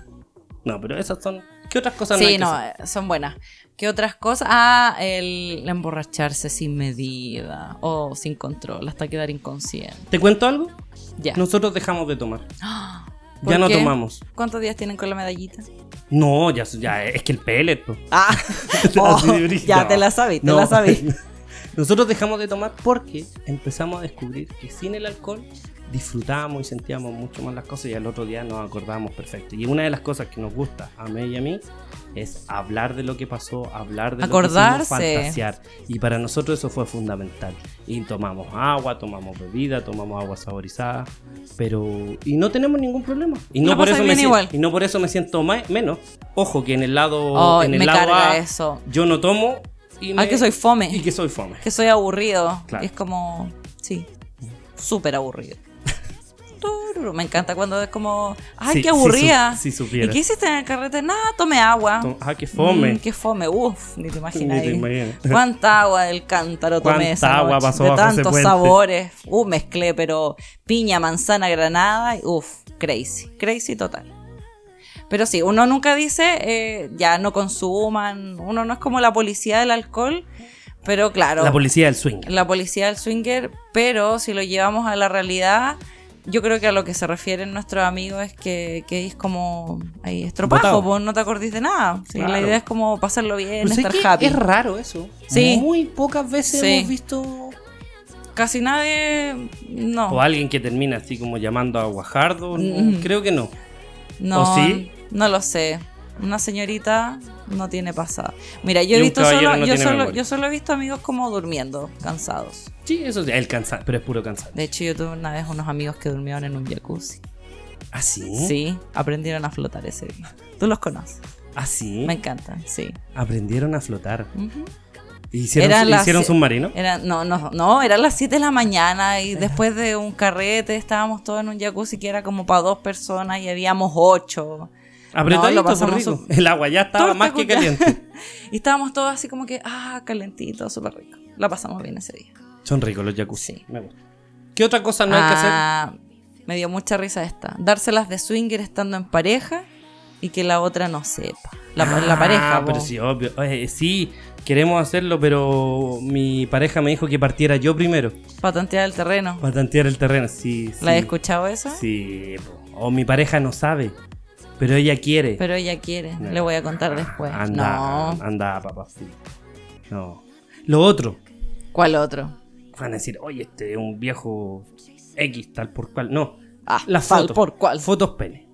[SPEAKER 4] No, pero esas son. ¿Qué otras cosas hay
[SPEAKER 3] Sí,
[SPEAKER 4] que
[SPEAKER 3] no,
[SPEAKER 4] hacer?
[SPEAKER 3] eh, son buenas. ¿Qué otras cosas? Ah, el emborracharse sin medida o sin control hasta quedar inconsciente.
[SPEAKER 4] ¿Te cuento algo?
[SPEAKER 3] eh. Ya.
[SPEAKER 4] Nosotros dejamos de tomar.
[SPEAKER 3] [GASPS] ¿Por
[SPEAKER 4] Ya no
[SPEAKER 3] qué?
[SPEAKER 4] tomamos.
[SPEAKER 3] ¿Cuántos días tienen con la medallita?
[SPEAKER 4] No, ya, ya es que el pellet. po.
[SPEAKER 3] [LAUGHS] Ah,
[SPEAKER 4] [LAUGHS]
[SPEAKER 3] oh,
[SPEAKER 4] Así de brígido.
[SPEAKER 3] ya te la sabí, te
[SPEAKER 4] No.
[SPEAKER 3] la [LAUGHS] sabí.
[SPEAKER 4] [LAUGHS] Nosotros dejamos de tomar porque empezamos a descubrir que sin el alcohol disfrutábamos y sentíamos mucho más las cosas y al otro día nos acordábamos perfecto. Y una de las cosas que nos gusta a mí y a mí es hablar de lo que pasó, hablar de
[SPEAKER 3] Acordarse.
[SPEAKER 4] lo que hicimos, fantasear. Y para nosotros eso fue fundamental. Y tomamos agua, tomamos bebida, tomamos agua saborizada, pero y no tenemos ningún problema. Y no
[SPEAKER 3] La
[SPEAKER 4] por
[SPEAKER 3] pasáis
[SPEAKER 4] eso me
[SPEAKER 3] bien
[SPEAKER 4] sien-
[SPEAKER 3] igual.
[SPEAKER 4] y no por eso me siento ma- menos. Ojo que en el lado
[SPEAKER 3] Oh,
[SPEAKER 4] en el
[SPEAKER 3] me
[SPEAKER 4] lado
[SPEAKER 3] carga
[SPEAKER 4] A,
[SPEAKER 3] eso.
[SPEAKER 4] yo no tomo y
[SPEAKER 3] Ah,
[SPEAKER 4] me-
[SPEAKER 3] que soy fome,
[SPEAKER 4] y que soy fome.
[SPEAKER 3] que soy aburrido.
[SPEAKER 4] Claro.
[SPEAKER 3] Es como, sí, súper aburrido. [LAUGHS] Tururu, Me encanta cuando es como, ay,
[SPEAKER 4] Sí,
[SPEAKER 3] qué aburrida.
[SPEAKER 4] Si, su- si
[SPEAKER 3] ¿Y
[SPEAKER 4] supieras.
[SPEAKER 3] qué hiciste en el carrete? Nada, tomé agua.
[SPEAKER 4] Tom- Ah, qué fome.
[SPEAKER 3] Mm, qué fome, uff, ni te imaginas.
[SPEAKER 4] Ni te
[SPEAKER 3] ahí.
[SPEAKER 4] imaginas.
[SPEAKER 3] Cuánta agua del cántaro tomé
[SPEAKER 4] Cuánta
[SPEAKER 3] esa
[SPEAKER 4] agua
[SPEAKER 3] noche,
[SPEAKER 4] pasó
[SPEAKER 3] De
[SPEAKER 4] bajo ese
[SPEAKER 3] tantos
[SPEAKER 4] puente.
[SPEAKER 3] sabores. Uh, mezclé, pero piña, manzana, granada. Uff, crazy. Crazy total. Pero sí, uno nunca dice, eh, ya no consuman. Uno no es como la policía del alcohol. Pero claro,
[SPEAKER 4] La policía del swing.
[SPEAKER 3] la policía del swinger, pero si lo llevamos a la realidad, yo creo que a lo que se refieren nuestros amigos es que, que es como ahí estropajo,
[SPEAKER 4] Botado.
[SPEAKER 3] pues no te acordís de nada. Sí, La
[SPEAKER 4] Claro.
[SPEAKER 3] idea es como pasarlo bien,
[SPEAKER 4] Pero sé
[SPEAKER 3] estar
[SPEAKER 4] que
[SPEAKER 3] happy.
[SPEAKER 4] Es raro eso.
[SPEAKER 3] Sí.
[SPEAKER 4] Muy pocas veces
[SPEAKER 3] Sí.
[SPEAKER 4] hemos visto.
[SPEAKER 3] Casi nadie.
[SPEAKER 4] O
[SPEAKER 3] No.
[SPEAKER 4] alguien que termina así como llamando a Guajardo.
[SPEAKER 3] Mm.
[SPEAKER 4] Creo que no.
[SPEAKER 3] No,
[SPEAKER 4] o sí.
[SPEAKER 3] no lo sé. Una señorita no tiene pasada. Mira, yo
[SPEAKER 4] Y
[SPEAKER 3] he
[SPEAKER 4] un
[SPEAKER 3] visto
[SPEAKER 4] caballero
[SPEAKER 3] solo,
[SPEAKER 4] no
[SPEAKER 3] yo
[SPEAKER 4] tiene
[SPEAKER 3] solo,
[SPEAKER 4] memoria.
[SPEAKER 3] yo solo he visto amigos como durmiendo, cansados.
[SPEAKER 4] Sí, eso sí. El cansancio. Pero es puro cansancio.
[SPEAKER 3] De hecho, yo tuve una vez unos amigos que durmieron en un jacuzzi.
[SPEAKER 4] ¿Ah, sí?
[SPEAKER 3] Sí, aprendieron a flotar ese día. Tú los conoces.
[SPEAKER 4] ¿Ah, sí?
[SPEAKER 3] Me encantan, sí.
[SPEAKER 4] Aprendieron a flotar.
[SPEAKER 3] Ujú.
[SPEAKER 4] ¿Hicieron,
[SPEAKER 3] Era la-
[SPEAKER 4] hicieron submarino?
[SPEAKER 3] Era, no, no, no, eran las 7 de la mañana y después de un carrete estábamos todos en un jacuzzi que era como para dos personas y habíamos ocho.
[SPEAKER 4] Apretadito,
[SPEAKER 3] No, lo pasamos
[SPEAKER 4] rico.
[SPEAKER 3] su-
[SPEAKER 4] El agua ya estaba
[SPEAKER 3] Torta
[SPEAKER 4] más que
[SPEAKER 3] con- [LAUGHS]
[SPEAKER 4] caliente.
[SPEAKER 3] Y estábamos todos así como que, ah, calentito, súper rico. la pasamos bien ese día.
[SPEAKER 4] Son ricos los jacuzzi.
[SPEAKER 3] Sí.
[SPEAKER 4] Me gusta. ¿Qué otra cosa no hay que hacer?
[SPEAKER 3] Ah, Me dio mucha risa esta. Dárselas de swinger estando en pareja y que la otra no sepa. La, la
[SPEAKER 4] Ah,
[SPEAKER 3] pareja.
[SPEAKER 4] pero
[SPEAKER 3] po.
[SPEAKER 4] sí, obvio. Oye, sí, queremos hacerlo, pero mi pareja me dijo que partiera yo primero
[SPEAKER 3] Para tantear el terreno.
[SPEAKER 4] para tantear el terreno. Sí, sí.
[SPEAKER 3] ¿La he escuchado eso?
[SPEAKER 4] Sí, po. o mi pareja no sabe, pero ella quiere.
[SPEAKER 3] Pero ella quiere.
[SPEAKER 4] No.
[SPEAKER 3] Le voy a contar después.
[SPEAKER 4] Anda,
[SPEAKER 3] No.
[SPEAKER 4] anda, papá. sí. No. Lo otro,
[SPEAKER 3] ¿Cuál otro?
[SPEAKER 4] van a decir, oye, este es un viejo X, tal por cual. No,
[SPEAKER 3] Ah,
[SPEAKER 4] las
[SPEAKER 3] tal
[SPEAKER 4] fotos.
[SPEAKER 3] por cual.
[SPEAKER 4] Fotos pene.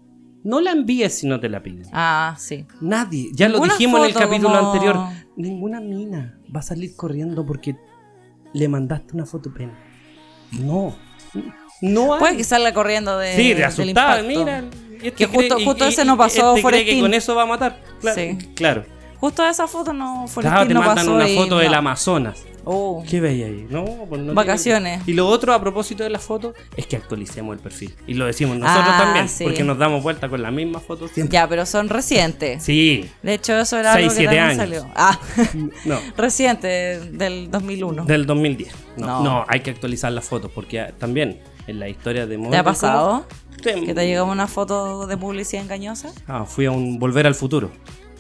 [SPEAKER 4] No la envíes si no te la piden.
[SPEAKER 3] Ah, sí.
[SPEAKER 4] Nadie. Ya lo
[SPEAKER 3] Ninguna
[SPEAKER 4] dijimos en el
[SPEAKER 3] foto
[SPEAKER 4] capítulo
[SPEAKER 3] como-
[SPEAKER 4] anterior. Ninguna mina va a salir corriendo porque le mandaste una foto pene. No. No hay.
[SPEAKER 3] Puede que salga corriendo de.
[SPEAKER 4] Sí, de
[SPEAKER 3] del
[SPEAKER 4] asustada,
[SPEAKER 3] impacto.
[SPEAKER 4] mira. y este
[SPEAKER 3] Que justo-
[SPEAKER 4] cree-
[SPEAKER 3] justo
[SPEAKER 4] y-
[SPEAKER 3] ese
[SPEAKER 4] y-
[SPEAKER 3] no
[SPEAKER 4] y
[SPEAKER 3] pasó
[SPEAKER 4] este cree que
[SPEAKER 3] Forestín.
[SPEAKER 4] con eso va a matar. Claro.
[SPEAKER 3] Sí.
[SPEAKER 4] claro.
[SPEAKER 3] Justo esa foto no fue
[SPEAKER 4] Claro, te
[SPEAKER 3] no
[SPEAKER 4] mandan
[SPEAKER 3] pasó
[SPEAKER 4] una
[SPEAKER 3] y
[SPEAKER 4] foto del
[SPEAKER 3] no.
[SPEAKER 4] Amazonas.
[SPEAKER 3] Oh,
[SPEAKER 4] ¿Qué veis ahí? No, pues no tiene-
[SPEAKER 3] Vacaciones.
[SPEAKER 4] Y lo otro a propósito de la foto es que actualicemos el perfil. Y lo decimos nosotros
[SPEAKER 3] Ah,
[SPEAKER 4] también,
[SPEAKER 3] sí.
[SPEAKER 4] porque nos damos vuelta con la misma foto siempre.
[SPEAKER 3] Ya, pero son recientes.
[SPEAKER 4] Sí.
[SPEAKER 3] De hecho, eso era
[SPEAKER 4] Seis,
[SPEAKER 3] algo que
[SPEAKER 4] siete
[SPEAKER 3] también
[SPEAKER 4] años.
[SPEAKER 3] salió. Ah, [LAUGHS]
[SPEAKER 4] No.
[SPEAKER 3] reciente, del 2001.
[SPEAKER 4] Del 2010. No,
[SPEAKER 3] No.
[SPEAKER 4] no, hay que actualizar las fotos porque ah, también en la historia de
[SPEAKER 3] ¿Te
[SPEAKER 4] Modern
[SPEAKER 3] ha pasado
[SPEAKER 4] Commerce-
[SPEAKER 3] que te ha llegado una foto de publicidad engañosa?
[SPEAKER 4] Ah, fui a un Volver al Futuro.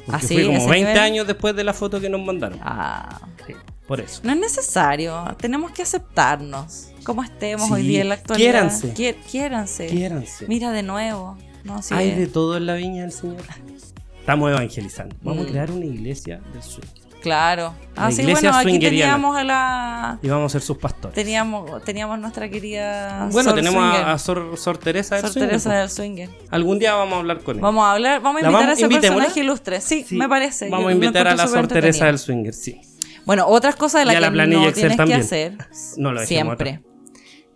[SPEAKER 4] Porque
[SPEAKER 3] ¿Ah, sí?
[SPEAKER 4] fui como
[SPEAKER 3] ¿Ese
[SPEAKER 4] 20
[SPEAKER 3] nivel?
[SPEAKER 4] años después de la foto que nos mandaron.
[SPEAKER 3] Ah,
[SPEAKER 4] Sí, por eso.
[SPEAKER 3] no es necesario. Tenemos que aceptarnos. Como estemos
[SPEAKER 4] Sí,
[SPEAKER 3] hoy día en la actualidad.
[SPEAKER 4] quiéranse.
[SPEAKER 3] Qui- quiéranse.
[SPEAKER 4] Quiéranse.
[SPEAKER 3] Mira de nuevo. No, sí. eh,
[SPEAKER 4] Hay de todo en la viña del Señor. Estamos evangelizando. Vamos a
[SPEAKER 3] Mm.
[SPEAKER 4] crear una iglesia del sur.
[SPEAKER 3] Claro.
[SPEAKER 4] La
[SPEAKER 3] Ah, sí,
[SPEAKER 4] iglesia
[SPEAKER 3] bueno, aquí
[SPEAKER 4] swingeriana.
[SPEAKER 3] teníamos a la.
[SPEAKER 4] Y vamos a ser sus pastores.
[SPEAKER 3] Teníamos, teníamos nuestra querida.
[SPEAKER 4] Bueno,
[SPEAKER 3] Sor
[SPEAKER 4] tenemos
[SPEAKER 3] Swinger.
[SPEAKER 4] a, a Sor, Sor Teresa del
[SPEAKER 3] Sor
[SPEAKER 4] Swinger,
[SPEAKER 3] Teresa
[SPEAKER 4] pues.
[SPEAKER 3] del Swinger.
[SPEAKER 4] Algún día vamos a hablar con él.
[SPEAKER 3] Vamos a hablar, vamos a
[SPEAKER 4] ¿La
[SPEAKER 3] invitar
[SPEAKER 4] vamos-
[SPEAKER 3] a ese
[SPEAKER 4] invitémosla?
[SPEAKER 3] personaje ilustre. Sí,
[SPEAKER 4] Sí,
[SPEAKER 3] me parece. Yo
[SPEAKER 4] Vamos a
[SPEAKER 3] lo
[SPEAKER 4] invitar a
[SPEAKER 3] encuentro
[SPEAKER 4] la
[SPEAKER 3] súper
[SPEAKER 4] Sor Teresa del
[SPEAKER 3] entretenido.
[SPEAKER 4] Swinger, sí.
[SPEAKER 3] Bueno, otras cosas de
[SPEAKER 4] Y a
[SPEAKER 3] las
[SPEAKER 4] la
[SPEAKER 3] que
[SPEAKER 4] planilla
[SPEAKER 3] no
[SPEAKER 4] Excel
[SPEAKER 3] tienes
[SPEAKER 4] también.
[SPEAKER 3] que hacer
[SPEAKER 4] No lo dejemos
[SPEAKER 3] siempre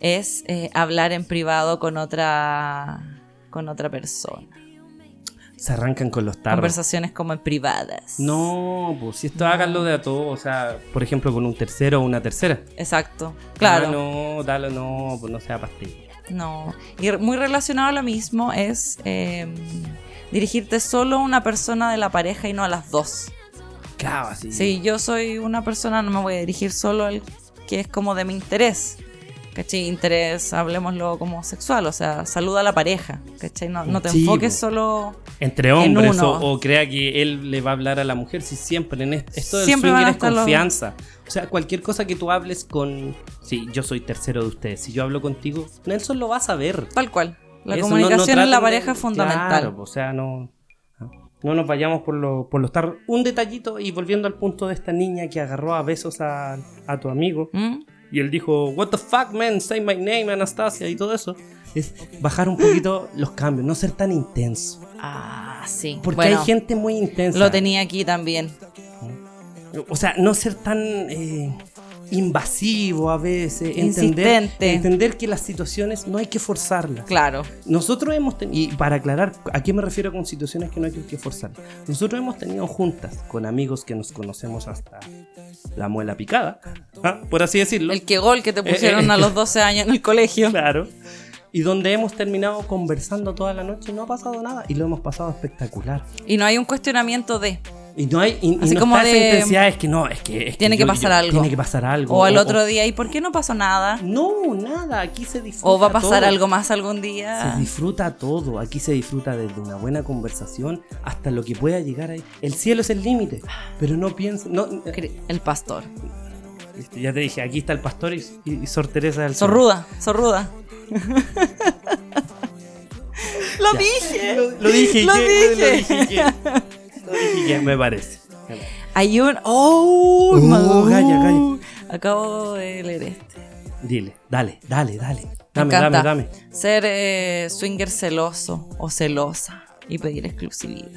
[SPEAKER 3] es eh, hablar en privado con otra con otra persona.
[SPEAKER 4] Se arrancan con los tarros.
[SPEAKER 3] Conversaciones como en privadas.
[SPEAKER 4] No, pues si esto háganlo de a todo, o sea, por ejemplo, con un tercero o una tercera.
[SPEAKER 3] Exacto. Claro.
[SPEAKER 4] Ah,
[SPEAKER 3] no.
[SPEAKER 4] no, dalo, no, pues no sea pastilla.
[SPEAKER 3] Y re- muy relacionado a lo mismo es eh, dirigirte solo a una persona de la pareja y no a las dos.
[SPEAKER 4] Claro, así.
[SPEAKER 3] Si yo soy una persona, no me voy a dirigir solo al que es como de mi interés. ¿Cachai? Interés, hablemoslo como sexual, o sea, saluda a la pareja. ¿Cachai? No, no te
[SPEAKER 4] Sí,
[SPEAKER 3] enfoques
[SPEAKER 4] po.
[SPEAKER 3] solo.
[SPEAKER 4] Entre hombres,
[SPEAKER 3] uno.
[SPEAKER 4] o, o crea que él le va a hablar a la mujer, si siempre en esto, esto del
[SPEAKER 3] Siempre van
[SPEAKER 4] swinger
[SPEAKER 3] a
[SPEAKER 4] es
[SPEAKER 3] estar los-
[SPEAKER 4] confianza. O sea, cualquier cosa que tú hables con. Si yo soy tercero de ustedes, si yo hablo contigo, Nelson lo va a saber.
[SPEAKER 3] Tal cual. La
[SPEAKER 4] Eso, no- no
[SPEAKER 3] comunicación en
[SPEAKER 4] traten
[SPEAKER 3] la
[SPEAKER 4] de-
[SPEAKER 3] pareja es fundamental.
[SPEAKER 4] Claro, o sea, no, ah, no nos vayamos por, lo, por los tarros. Un detallito y volviendo al punto de esta niña que agarró a besos a, a tu amigo
[SPEAKER 3] ¿Mm?
[SPEAKER 4] y él dijo, What the fuck, man, say my name, Anastasia, y todo eso. Es bajar un poquito los cambios, no ser tan intenso.
[SPEAKER 3] Ah, sí.
[SPEAKER 4] Porque
[SPEAKER 3] Bueno,
[SPEAKER 4] hay gente muy intensa.
[SPEAKER 3] lo tenía aquí también.
[SPEAKER 4] O sea, no ser tan eh, invasivo a veces. Entender,
[SPEAKER 3] Insistente.
[SPEAKER 4] entender que las situaciones no hay que forzarlas.
[SPEAKER 3] Claro.
[SPEAKER 4] Nosotros hemos tenido, y para aclarar a qué me refiero con situaciones que no hay que forzar, nosotros hemos tenido juntas con amigos que nos conocemos hasta la muela picada, ¿ah? por así decirlo.
[SPEAKER 3] El que gol que te
[SPEAKER 4] Eh, eh,
[SPEAKER 3] pusieron a los 12 años en el colegio.
[SPEAKER 4] Claro. Y donde hemos terminado conversando toda la noche y no ha pasado nada y lo hemos pasado espectacular.
[SPEAKER 3] Y no hay un cuestionamiento de.
[SPEAKER 4] Y no hay y- y
[SPEAKER 3] Así
[SPEAKER 4] no
[SPEAKER 3] como
[SPEAKER 4] está esa
[SPEAKER 3] de-
[SPEAKER 4] intensidad, es que no, es que, es
[SPEAKER 3] Tiene que
[SPEAKER 4] yo-
[SPEAKER 3] pasar
[SPEAKER 4] yo-
[SPEAKER 3] algo.
[SPEAKER 4] Tiene que pasar algo.
[SPEAKER 3] O al otro día, ¿y por qué no pasó nada?
[SPEAKER 4] No, nada, aquí se disfruta.
[SPEAKER 3] ¿O va a pasar
[SPEAKER 4] todo.
[SPEAKER 3] algo más algún
[SPEAKER 4] Se
[SPEAKER 3] día?
[SPEAKER 4] disfruta todo, aquí se disfruta desde una buena conversación hasta lo que pueda llegar ahí. El cielo es el límite, pero no pienses, no, eh,
[SPEAKER 3] Cre- El pastor.
[SPEAKER 4] Este, ya te dije, aquí está el pastor y, y, y Sor Teresa del Sur.
[SPEAKER 3] Sorruda, sorruda. lo
[SPEAKER 4] Ya.
[SPEAKER 3] dije.
[SPEAKER 4] Lo, lo dije,
[SPEAKER 3] Lo
[SPEAKER 4] ¿qué?
[SPEAKER 3] dije.
[SPEAKER 4] lo dije, ¿qué? Lo dije, ¿qué? me parece. Me parece.
[SPEAKER 3] Hay un. ¡Oh!
[SPEAKER 4] Oh,
[SPEAKER 3] Madu-
[SPEAKER 4] calla, calla.
[SPEAKER 3] Acabo de leer este.
[SPEAKER 4] Dile, dale, dale, dale.
[SPEAKER 3] Me
[SPEAKER 4] Dame,
[SPEAKER 3] encanta.
[SPEAKER 4] dame, dame.
[SPEAKER 3] Ser eh, swinger celoso o celosa y pedir exclusividad.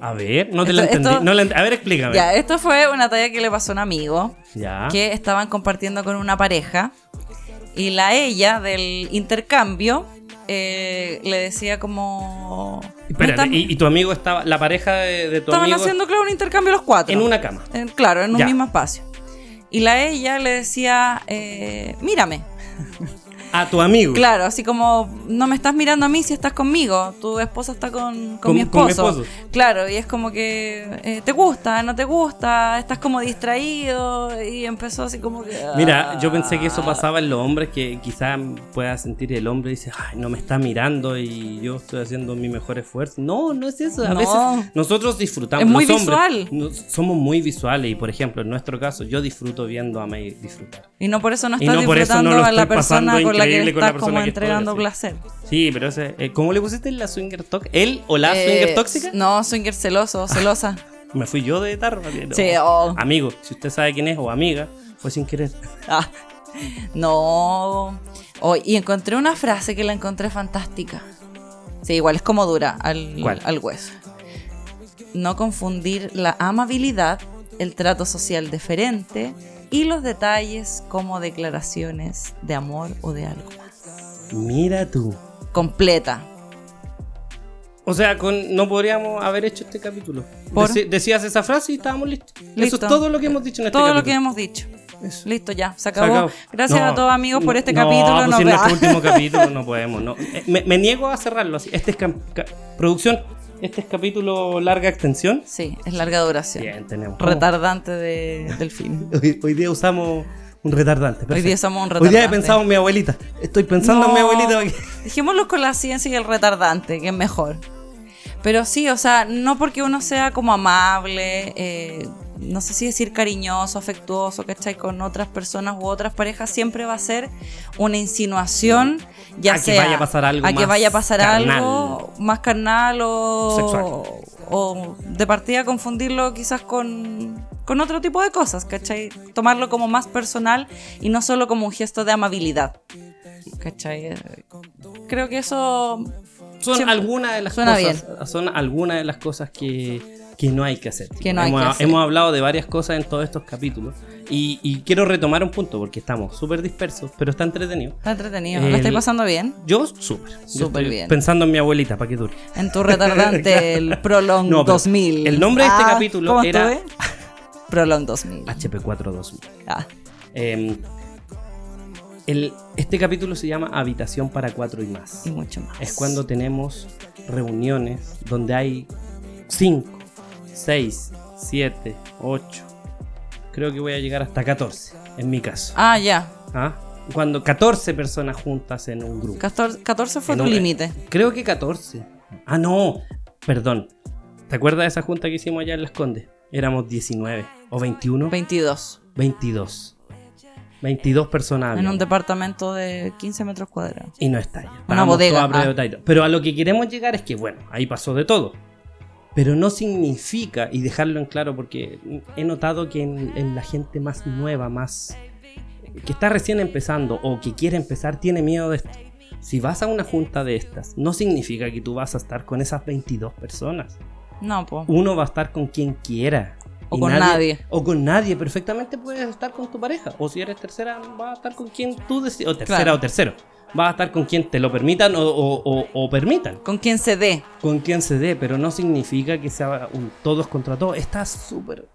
[SPEAKER 4] A ver, no te la
[SPEAKER 3] Esto-
[SPEAKER 4] entendí.
[SPEAKER 3] esto-
[SPEAKER 4] no la ent- a ver, explícame.
[SPEAKER 3] Ya, esto fue una talla que le pasó a un amigo
[SPEAKER 4] Ya.
[SPEAKER 3] que estaban compartiendo con una pareja y la ella del intercambio eh, le decía como... "Me
[SPEAKER 4] Espérate,
[SPEAKER 3] están-
[SPEAKER 4] y, y tu amigo estaba, la pareja de, de tu
[SPEAKER 3] Estaban
[SPEAKER 4] amigo
[SPEAKER 3] haciendo, claro, un intercambio los cuatro.
[SPEAKER 4] en una cama.
[SPEAKER 3] En- claro, en un
[SPEAKER 4] Ya.
[SPEAKER 3] mismo espacio. Y la ella le decía, eh, mírame.
[SPEAKER 4] a tu amigo.
[SPEAKER 3] Claro, así como no me estás mirando a mí si estás conmigo, tu esposa está con, con,
[SPEAKER 4] Con-
[SPEAKER 3] mi,
[SPEAKER 4] con mi
[SPEAKER 3] esposo.
[SPEAKER 4] esposo.
[SPEAKER 3] Claro, y es como que eh, te gusta, no te gusta, estás como distraído y empezó así como que... "Ah".
[SPEAKER 4] Mira, yo pensé que eso pasaba en los hombres, que quizás pueda sentir el hombre y dice, ay, no me está mirando y yo estoy haciendo mi mejor esfuerzo. No, no es eso. A
[SPEAKER 3] No.
[SPEAKER 4] veces nosotros disfrutamos.
[SPEAKER 3] Es muy
[SPEAKER 4] los hombres,
[SPEAKER 3] visual.
[SPEAKER 4] no- somos muy visuales y, por ejemplo, en nuestro caso, yo disfruto viendo a May disfrutar.
[SPEAKER 3] Y no por eso no
[SPEAKER 4] Y
[SPEAKER 3] estás
[SPEAKER 4] no por eso no
[SPEAKER 3] disfrutando
[SPEAKER 4] lo
[SPEAKER 3] a la
[SPEAKER 4] estoy pasando
[SPEAKER 3] persona con la que
[SPEAKER 4] increíble
[SPEAKER 3] estás
[SPEAKER 4] con la persona
[SPEAKER 3] como
[SPEAKER 4] que estoy,
[SPEAKER 3] entregando
[SPEAKER 4] sí.
[SPEAKER 3] placer.
[SPEAKER 4] Sí, pero ese, eh, ¿cómo le pusiste la swinger tóxica? ¿Él o la
[SPEAKER 3] Eh,
[SPEAKER 4] swinger tóxica?
[SPEAKER 3] No, swinger celoso, celosa.
[SPEAKER 4] Me fui yo de tarro. ¿no?
[SPEAKER 3] Sí, oh.
[SPEAKER 4] Amigo, si usted sabe quién es o amiga, fue sin querer.
[SPEAKER 3] Ah, no. Oh, y encontré una frase que la encontré fantástica. Sí, igual es como dura al,
[SPEAKER 4] ¿Cuál?
[SPEAKER 3] al hueso. No confundir la amabilidad, el trato social deferente y los detalles como declaraciones de amor o de algo más.
[SPEAKER 4] Mira tú.
[SPEAKER 3] Completa.
[SPEAKER 4] O sea, con, no podríamos haber hecho este capítulo.
[SPEAKER 3] ¿Por?
[SPEAKER 4] Deci- decías esa frase y estábamos listos. Eso
[SPEAKER 3] Listo.
[SPEAKER 4] es todo lo que hemos dicho en este
[SPEAKER 3] Todo lo que
[SPEAKER 4] capítulo.
[SPEAKER 3] hemos dicho.
[SPEAKER 4] Eso.
[SPEAKER 3] Listo, ya. Se
[SPEAKER 4] Se
[SPEAKER 3] acabó.
[SPEAKER 4] acabó.
[SPEAKER 3] Gracias
[SPEAKER 4] No,
[SPEAKER 3] a todos amigos por este
[SPEAKER 4] no,
[SPEAKER 3] capítulo.
[SPEAKER 4] pues
[SPEAKER 3] Nos
[SPEAKER 4] si es
[SPEAKER 3] vemos. [LAUGHS]
[SPEAKER 4] nuestro último capítulo no podemos. no. Eh, Me, me niego a cerrarlo así. Este es cam- ca- producción. Este es capítulo larga extensión.
[SPEAKER 3] sí, es larga duración.
[SPEAKER 4] Bien, tenemos.
[SPEAKER 3] Retardante de- del film.
[SPEAKER 4] Hoy, hoy día usamos un retardante. perfecto.
[SPEAKER 3] día usamos un
[SPEAKER 4] Hoy día he
[SPEAKER 3] retardante.
[SPEAKER 4] pensado en mi abuelita. Estoy pensando en mi
[SPEAKER 3] No.
[SPEAKER 4] abuelita. porque-
[SPEAKER 3] Dejémoslo con la ciencia y el retardante, que es mejor. Pero sí, o sea, no porque uno sea como amable, eh, no sé si decir cariñoso, afectuoso, ¿cachai? Con otras personas u otras parejas, siempre va a ser una insinuación, ya
[SPEAKER 4] A que
[SPEAKER 3] sea
[SPEAKER 4] vaya a pasar algo
[SPEAKER 3] a que
[SPEAKER 4] más
[SPEAKER 3] vaya a pasar
[SPEAKER 4] carnal.
[SPEAKER 3] algo más carnal o,
[SPEAKER 4] Sexual.
[SPEAKER 3] o de partida confundirlo quizás con, con otro tipo de cosas, ¿cachai? Tomarlo como más personal y no solo como un gesto de amabilidad. ¿Cachai? Eh, Creo que eso.
[SPEAKER 4] Son
[SPEAKER 3] Siempre.
[SPEAKER 4] algunas de las
[SPEAKER 3] Suena
[SPEAKER 4] cosas. Son algunas de las cosas que, que no hay que hacer.
[SPEAKER 3] Que no hay
[SPEAKER 4] hemos,
[SPEAKER 3] que hacer.
[SPEAKER 4] hemos hablado de varias cosas en todos estos capítulos. Y, y quiero retomar un punto porque estamos súper dispersos, pero está entretenido.
[SPEAKER 3] Está entretenido.
[SPEAKER 4] El-
[SPEAKER 3] ¿Lo estáis pasando bien?
[SPEAKER 4] Yo súper. Yo
[SPEAKER 3] Súper
[SPEAKER 4] estoy
[SPEAKER 3] bien.
[SPEAKER 4] Pensando en mi abuelita, para que dure.
[SPEAKER 3] En tu
[SPEAKER 4] [LAUGHS]
[SPEAKER 3] retardante, el Prolong
[SPEAKER 4] No, pero
[SPEAKER 3] 2000.
[SPEAKER 4] el nombre de este capítulo
[SPEAKER 3] ¿cómo
[SPEAKER 4] era- [LAUGHS]
[SPEAKER 3] estuve? Prolong 2000.
[SPEAKER 4] HP4 2000.
[SPEAKER 3] Ah,
[SPEAKER 4] Eh, el- este capítulo se llama Habitación para cuatro y más.
[SPEAKER 3] y mucho más.
[SPEAKER 4] es cuando tenemos reuniones donde hay 5, 6, 7, 8. Creo que voy a llegar hasta 14, en mi caso.
[SPEAKER 3] Ah, ya.
[SPEAKER 4] ¿Ah? Cuando 14 personas juntas en un grupo.
[SPEAKER 3] 14, 14 fue
[SPEAKER 4] En
[SPEAKER 3] tu
[SPEAKER 4] un-
[SPEAKER 3] límite.
[SPEAKER 4] Creo que 14. Ah, no, perdón. ¿Te acuerdas de esa junta que hicimos allá en Las Condes? Éramos 19 o 21,
[SPEAKER 3] 22.
[SPEAKER 4] 22. 22 personas.
[SPEAKER 3] En
[SPEAKER 4] habíamos.
[SPEAKER 3] un departamento de 15 metros cuadrados.
[SPEAKER 4] y no está ya.
[SPEAKER 3] Una
[SPEAKER 4] Estábamos
[SPEAKER 3] bodega,
[SPEAKER 4] todos a prueba
[SPEAKER 3] ah.
[SPEAKER 4] de tallo. Pero a lo que queremos llegar es que, bueno, ahí pasó de todo. Pero no significa, y dejarlo en claro, porque he notado que en, en la gente más nueva, más que está recién empezando o que quiere empezar, tiene miedo de esto. Si vas a una junta de estas, no significa que tú vas a estar con esas 22 personas.
[SPEAKER 3] No, po.
[SPEAKER 4] Uno va a estar con quien quiera.
[SPEAKER 3] O
[SPEAKER 4] Y
[SPEAKER 3] con nadie.
[SPEAKER 4] O con nadie. Perfectamente puedes estar con tu pareja. O si eres tercera, vas a estar con quien tú decidas. O tercera
[SPEAKER 3] Claro.
[SPEAKER 4] o tercero. Vas a estar con quien te lo permitan o, o- o- o permitan.
[SPEAKER 3] Con quien se dé.
[SPEAKER 4] Con quien se dé, pero no significa que sea un todos contra todos. Está súper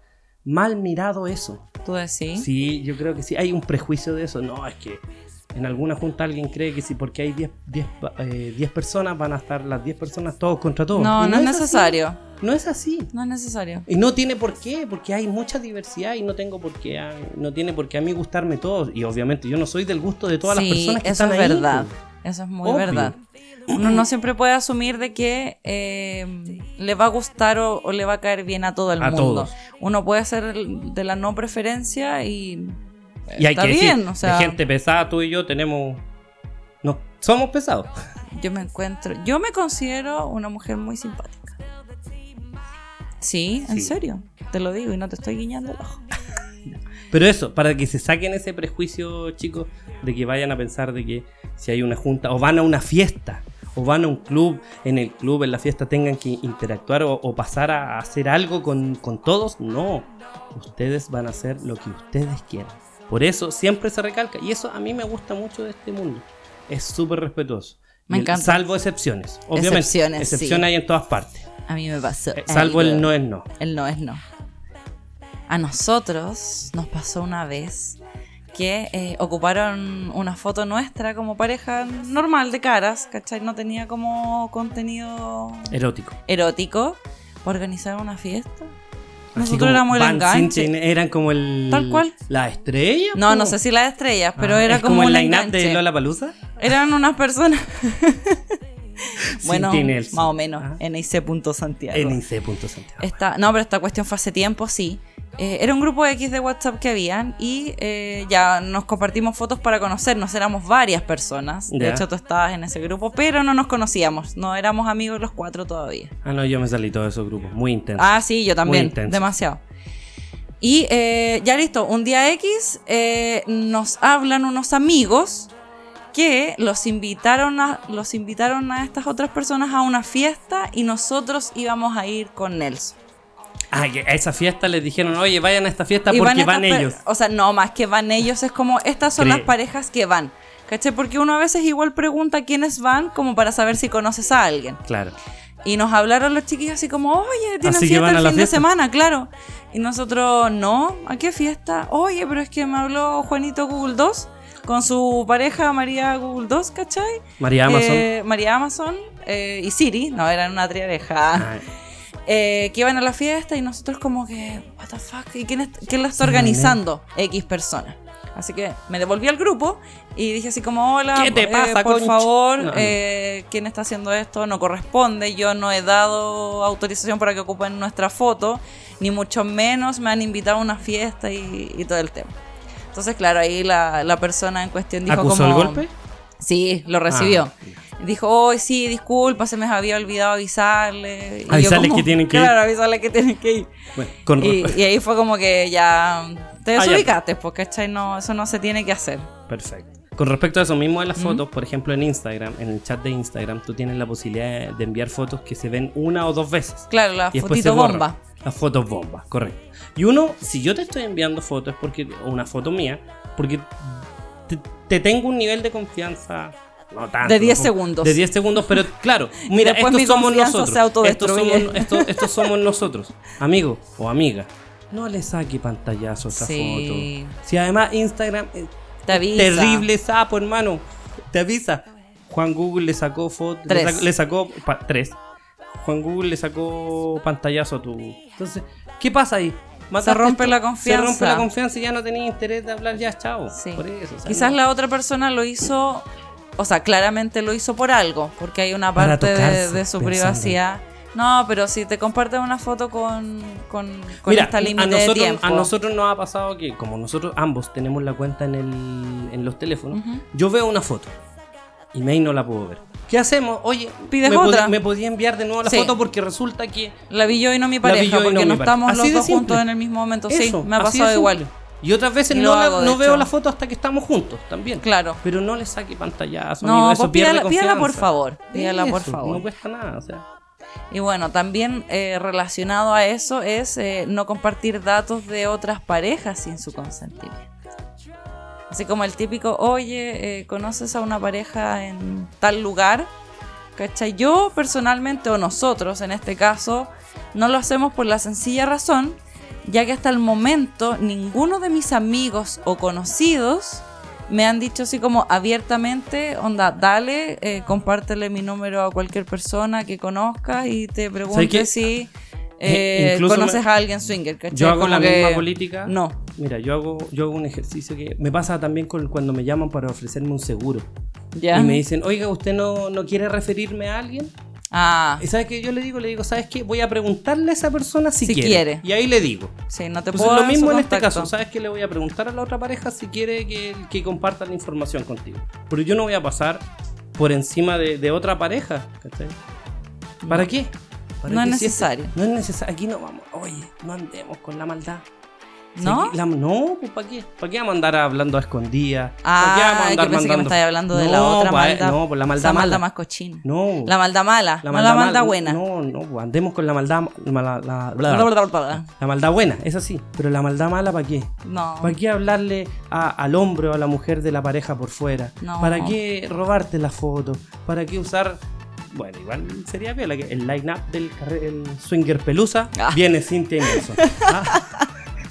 [SPEAKER 4] mal mirado eso.
[SPEAKER 3] Tú decís.
[SPEAKER 4] Sí, yo creo que sí. Hay un prejuicio de eso. No, es que en alguna junta alguien cree que sí, porque hay 10 10 pa- eh, 10 personas, van a estar las 10 personas todos contra todos.
[SPEAKER 3] No,
[SPEAKER 4] Y
[SPEAKER 3] no, es
[SPEAKER 4] así.
[SPEAKER 3] necesario.
[SPEAKER 4] No es así.
[SPEAKER 3] No es necesario.
[SPEAKER 4] Y no tiene por qué, porque hay mucha diversidad y no tengo por qué, a- no tiene por qué a mí gustarme todo. Y obviamente yo no soy del gusto de todas
[SPEAKER 3] Sí,
[SPEAKER 4] las personas que
[SPEAKER 3] eso
[SPEAKER 4] están
[SPEAKER 3] es
[SPEAKER 4] ahí. pues.
[SPEAKER 3] verdad. Eso es muy
[SPEAKER 4] Obvio.
[SPEAKER 3] verdad. Uno no siempre puede asumir de que eh, le va a gustar o, o le va a caer bien a todo el
[SPEAKER 4] A
[SPEAKER 3] mundo.
[SPEAKER 4] todos.
[SPEAKER 3] Uno puede ser el- de la no preferencia y,
[SPEAKER 4] Y hay
[SPEAKER 3] está
[SPEAKER 4] que
[SPEAKER 3] bien.
[SPEAKER 4] decir,
[SPEAKER 3] o sea,
[SPEAKER 4] de gente pesada, tú y yo tenemos, no, somos pesados.
[SPEAKER 3] yo me encuentro, yo me considero una mujer muy simpática. Sí, en
[SPEAKER 4] Sí.
[SPEAKER 3] serio, te lo digo y no te estoy guiñando el ojo.
[SPEAKER 4] Pero eso, para que se saquen ese prejuicio, chicos, de que vayan a pensar de que si hay una junta, o van a una fiesta, o van a un club, en el club, en la fiesta tengan que interactuar o, o pasar a hacer algo con, con todos. No, ustedes van a hacer lo que ustedes quieran. Por eso siempre se recalca, y eso a mí me gusta mucho de este mundo. Es súper respetuoso.
[SPEAKER 3] Me
[SPEAKER 4] Y-
[SPEAKER 3] encanta.
[SPEAKER 4] Salvo excepciones, obviamente.
[SPEAKER 3] Excepciones, sí.
[SPEAKER 4] hay en todas partes.
[SPEAKER 3] A mí me pasó.
[SPEAKER 4] Eh, Salvo el
[SPEAKER 3] algo.
[SPEAKER 4] no es no.
[SPEAKER 3] El no es no. A nosotros nos pasó una vez que eh, ocuparon una foto nuestra como pareja normal de caras, ¿cachai? No tenía como contenido
[SPEAKER 4] Erótico.
[SPEAKER 3] erótico para organizar una fiesta.
[SPEAKER 4] Así
[SPEAKER 3] Nosotros
[SPEAKER 4] como
[SPEAKER 3] éramos el
[SPEAKER 4] Van
[SPEAKER 3] enganche.
[SPEAKER 4] Sinchen, Eran como el.
[SPEAKER 3] Tal cual.
[SPEAKER 4] La estrella.
[SPEAKER 3] No, no sé si las estrellas, pero era como,
[SPEAKER 4] Ah, el
[SPEAKER 3] un
[SPEAKER 4] line-up de
[SPEAKER 3] enganche. [LAUGHS]
[SPEAKER 4] Lola Palusa.
[SPEAKER 3] Eran unas
[SPEAKER 4] [LAUGHS]
[SPEAKER 3] personas. bueno,
[SPEAKER 4] Sentinels.
[SPEAKER 3] más o menos,
[SPEAKER 4] Ah.
[SPEAKER 3] NIC.Santiago.
[SPEAKER 4] En E IC.Santiago.
[SPEAKER 3] Esta- no, pero esta cuestión fue hace tiempo, sí. Eh, era un grupo de X de WhatsApp que habían y eh, ya nos compartimos fotos para conocernos. Éramos varias personas. De
[SPEAKER 4] Ya.
[SPEAKER 3] hecho, tú estabas en ese grupo, pero no nos conocíamos. No éramos amigos los cuatro todavía.
[SPEAKER 4] Ah, no, yo me salí todo esos grupos. Muy intenso.
[SPEAKER 3] Ah, sí, yo
[SPEAKER 4] Muy
[SPEAKER 3] también.
[SPEAKER 4] intenso.
[SPEAKER 3] Demasiado. Y eh, ya listo, un día X eh, nos hablan unos amigos que los invitaron, a, los invitaron a estas otras personas a una fiesta y nosotros íbamos a ir con Nelson.
[SPEAKER 4] Ah, que a esa fiesta les dijeron, oye, vayan a esta fiesta
[SPEAKER 3] Y
[SPEAKER 4] porque
[SPEAKER 3] estas
[SPEAKER 4] van,
[SPEAKER 3] per-
[SPEAKER 4] ellos.
[SPEAKER 3] O sea, no, más que van ellos, es como estas son
[SPEAKER 4] Cre-
[SPEAKER 3] las parejas que van. ¿Cachai? Porque uno a veces igual pregunta quiénes van como para saber si conoces a alguien.
[SPEAKER 4] Claro.
[SPEAKER 3] Y nos hablaron los chiquillos así como, oye, tienen
[SPEAKER 4] Así que
[SPEAKER 3] fiesta el
[SPEAKER 4] van a
[SPEAKER 3] fin
[SPEAKER 4] la
[SPEAKER 3] de
[SPEAKER 4] fiesta.
[SPEAKER 3] semana, claro. Y nosotros, no, ¿a qué fiesta? Oye, pero es que me habló Juanito Google 2 con su pareja María Google 2, ¿cachai?
[SPEAKER 4] María Amazon.
[SPEAKER 3] Eh, María Amazon eh, y Siri, no, eran una triareja.
[SPEAKER 4] Ah,
[SPEAKER 3] Eh, que iban a la fiesta y nosotros como que, what the fuck, ¿y quién, est- quién la está organizando? X persona. Así que me devolví al grupo y dije así como, hola, eh,
[SPEAKER 4] ¿Qué te pasa,
[SPEAKER 3] por
[SPEAKER 4] concha?
[SPEAKER 3] favor,
[SPEAKER 4] No, no.
[SPEAKER 3] eh, ¿quién está haciendo esto? No corresponde, yo no he dado autorización para que ocupen nuestra foto, ni mucho menos me han invitado a una fiesta y, y todo el tema. Entonces, claro, ahí la, la persona en cuestión dijo
[SPEAKER 4] ¿Acusó
[SPEAKER 3] como...
[SPEAKER 4] el golpe? Ah,
[SPEAKER 3] Sí, lo recibió. Dijo, hoy sí, disculpa, se me había olvidado avisarle. Y yo
[SPEAKER 4] Avisarles que tienen que ir.
[SPEAKER 3] Claro, avisarles que tienen que ir.
[SPEAKER 4] Bueno, con
[SPEAKER 3] Y, y ahí fue como que ya te
[SPEAKER 4] Ah, ya.
[SPEAKER 3] desubicaste, porque ¿cachai? No, eso no se tiene que hacer.
[SPEAKER 4] Perfecto. Con respecto a eso mismo de las fotos, por ejemplo en Instagram, en el chat de Instagram, tú tienes la posibilidad de- de enviar fotos que se ven una o dos veces.
[SPEAKER 3] Claro, la
[SPEAKER 4] Y después
[SPEAKER 3] fotito
[SPEAKER 4] se borran.
[SPEAKER 3] bomba.
[SPEAKER 4] Las fotos bomba, correcto. Y uno, si yo te estoy enviando fotos, es porque o una foto mía, porque te, te tengo un nivel de confianza. No tanto,
[SPEAKER 3] De 10
[SPEAKER 4] no,
[SPEAKER 3] segundos.
[SPEAKER 4] De 10 segundos,
[SPEAKER 3] [LAUGHS]
[SPEAKER 4] pero claro, mira,
[SPEAKER 3] después
[SPEAKER 4] estos
[SPEAKER 3] mi
[SPEAKER 4] somos
[SPEAKER 3] confianza
[SPEAKER 4] nosotros.
[SPEAKER 3] se
[SPEAKER 4] estos,
[SPEAKER 3] autodestruye.
[SPEAKER 4] somos, estos- estos somos nosotros. Amigo o amiga, no le saque pantallazo a esta
[SPEAKER 3] Sí.
[SPEAKER 4] foto. Si además Instagram eh,
[SPEAKER 3] Te avisa.
[SPEAKER 4] Terrible sapo, hermano. Te avisa. Juan Google le sacó fotos.
[SPEAKER 3] Tres.
[SPEAKER 4] Le sacó, le sacó pa- tres. Juan Google le sacó pantallazo a tu. Entonces, ¿qué pasa ahí? Mataste
[SPEAKER 3] rompe
[SPEAKER 4] esto,
[SPEAKER 3] la
[SPEAKER 4] Se rompe
[SPEAKER 3] confianza.
[SPEAKER 4] la confianza y ya no tenías interés de hablar ya, chao.
[SPEAKER 3] Sí.
[SPEAKER 4] Por eso. o sea,
[SPEAKER 3] Quizás
[SPEAKER 4] no.
[SPEAKER 3] la otra persona lo hizo, o sea, claramente lo hizo por algo, porque hay una
[SPEAKER 4] Para
[SPEAKER 3] parte de,
[SPEAKER 4] tocarse,
[SPEAKER 3] de su
[SPEAKER 4] pensando.
[SPEAKER 3] privacidad. No, pero si te comparten una foto con, con, con
[SPEAKER 4] Mira,
[SPEAKER 3] esta
[SPEAKER 4] a
[SPEAKER 3] límite de
[SPEAKER 4] nosotros,
[SPEAKER 3] tiempo.
[SPEAKER 4] a nosotros nos ha pasado que, como nosotros ambos tenemos la cuenta en, el, en los teléfonos,
[SPEAKER 3] Ujú.
[SPEAKER 4] yo veo una foto y May no la puedo ver. ¿Qué hacemos? Oye,
[SPEAKER 3] Pides
[SPEAKER 4] me,
[SPEAKER 3] otra.
[SPEAKER 4] pod- me podía enviar de nuevo la
[SPEAKER 3] Sí.
[SPEAKER 4] foto porque resulta que
[SPEAKER 3] La vi yo y no mi
[SPEAKER 4] La vi yo
[SPEAKER 3] pareja,
[SPEAKER 4] y
[SPEAKER 3] porque
[SPEAKER 4] no
[SPEAKER 3] no,
[SPEAKER 4] mi pareja.
[SPEAKER 3] estamos
[SPEAKER 4] Así
[SPEAKER 3] los
[SPEAKER 4] de
[SPEAKER 3] dos juntos
[SPEAKER 4] simple.
[SPEAKER 3] en el mismo momento.
[SPEAKER 4] Eso,
[SPEAKER 3] sí, me ha
[SPEAKER 4] así
[SPEAKER 3] pasado
[SPEAKER 4] de
[SPEAKER 3] igual.
[SPEAKER 4] simple. Y otras veces
[SPEAKER 3] Y
[SPEAKER 4] no,
[SPEAKER 3] lo
[SPEAKER 4] la-
[SPEAKER 3] hago, de
[SPEAKER 4] no
[SPEAKER 3] hecho.
[SPEAKER 4] veo la foto hasta que estamos juntos también.
[SPEAKER 3] Claro.
[SPEAKER 4] Pero no le saque pantallazo.
[SPEAKER 3] No,
[SPEAKER 4] amigo,
[SPEAKER 3] pues
[SPEAKER 4] eso pierde
[SPEAKER 3] pídala- pídala,
[SPEAKER 4] confianza.
[SPEAKER 3] por favor, pídala, por
[SPEAKER 4] Eso,
[SPEAKER 3] favor.
[SPEAKER 4] No cuesta nada. O sea,
[SPEAKER 3] Y bueno, también eh, relacionado a eso es eh, no compartir datos de otras parejas sin su consentimiento. Así como el típico, oye, eh, conoces a una pareja en tal lugar, ¿cachai? Yo personalmente o nosotros en este caso no lo hacemos por la sencilla razón, ya que hasta el momento ninguno de mis amigos o conocidos me han dicho así como abiertamente, onda, dale, eh, compártele mi número a cualquier persona que conozcas y te pregunte
[SPEAKER 4] qué?
[SPEAKER 3] si eh,
[SPEAKER 4] Eh, incluso
[SPEAKER 3] conoces
[SPEAKER 4] me-
[SPEAKER 3] a alguien swinger, ¿cachai?
[SPEAKER 4] yo hago
[SPEAKER 3] Este, Como
[SPEAKER 4] la
[SPEAKER 3] que-
[SPEAKER 4] misma política.
[SPEAKER 3] No.
[SPEAKER 4] Mira, yo hago, yo hago un ejercicio que me pasa también con cuando me llaman para ofrecerme un seguro.
[SPEAKER 3] ¿Ya?
[SPEAKER 4] Y me dicen, oiga, ¿usted no, no quiere referirme a alguien?
[SPEAKER 3] Ah,
[SPEAKER 4] ¿Y sabes qué yo le digo? Le digo, ¿sabes qué? Voy a preguntarle a esa persona si,
[SPEAKER 3] Si quiere.
[SPEAKER 4] Y ahí le digo.
[SPEAKER 3] sí, no te
[SPEAKER 4] Entonces,
[SPEAKER 3] puedo
[SPEAKER 4] lo
[SPEAKER 3] dar su
[SPEAKER 4] mismo en este
[SPEAKER 3] contacto.
[SPEAKER 4] caso, ¿sabes que Le voy a preguntar a la otra pareja si quiere que, que comparta la información contigo. Pero yo no voy a pasar por encima de, de otra pareja. ¿cachai? ¿Para qué? Para
[SPEAKER 3] No
[SPEAKER 4] que
[SPEAKER 3] es
[SPEAKER 4] si este-
[SPEAKER 3] necesario.
[SPEAKER 4] no es necesario. Aquí no vamos. Oye, no andemos con la maldad. O sea,
[SPEAKER 3] ¿No?
[SPEAKER 4] aquí la- no, pues ¿para qué? ¿Para qué vamos a andar hablando a escondidas? ¿Para qué
[SPEAKER 3] Ah,
[SPEAKER 4] vamos a
[SPEAKER 3] yo pensé
[SPEAKER 4] andar
[SPEAKER 3] que me
[SPEAKER 4] mandando-
[SPEAKER 3] estabas hablando de la
[SPEAKER 4] No,
[SPEAKER 3] otra
[SPEAKER 4] pa-
[SPEAKER 3] maldad.
[SPEAKER 4] No, pues la maldad
[SPEAKER 3] Esa maldad
[SPEAKER 4] mala.
[SPEAKER 3] más cochina.
[SPEAKER 4] No.
[SPEAKER 3] La maldad mala, no la
[SPEAKER 4] maldad
[SPEAKER 3] maldad
[SPEAKER 4] mal-
[SPEAKER 3] buena.
[SPEAKER 4] No, no, pues, andemos con la maldad. ma- la-
[SPEAKER 3] Bla,
[SPEAKER 4] la-
[SPEAKER 3] bla, bla, bla.
[SPEAKER 4] la maldad buena, es así. Pero la maldad mala, ¿para qué?
[SPEAKER 3] No.
[SPEAKER 4] ¿Para qué hablarle a- al hombre o a la mujer de la pareja por fuera?
[SPEAKER 3] No.
[SPEAKER 4] ¿Para qué robarte la foto? ¿Para qué usar.? Bueno, igual sería bien el line-up del carre- el swinger pelusa.
[SPEAKER 3] Ah. [LAUGHS]
[SPEAKER 4] Viene Cintia y Nelson. Ah.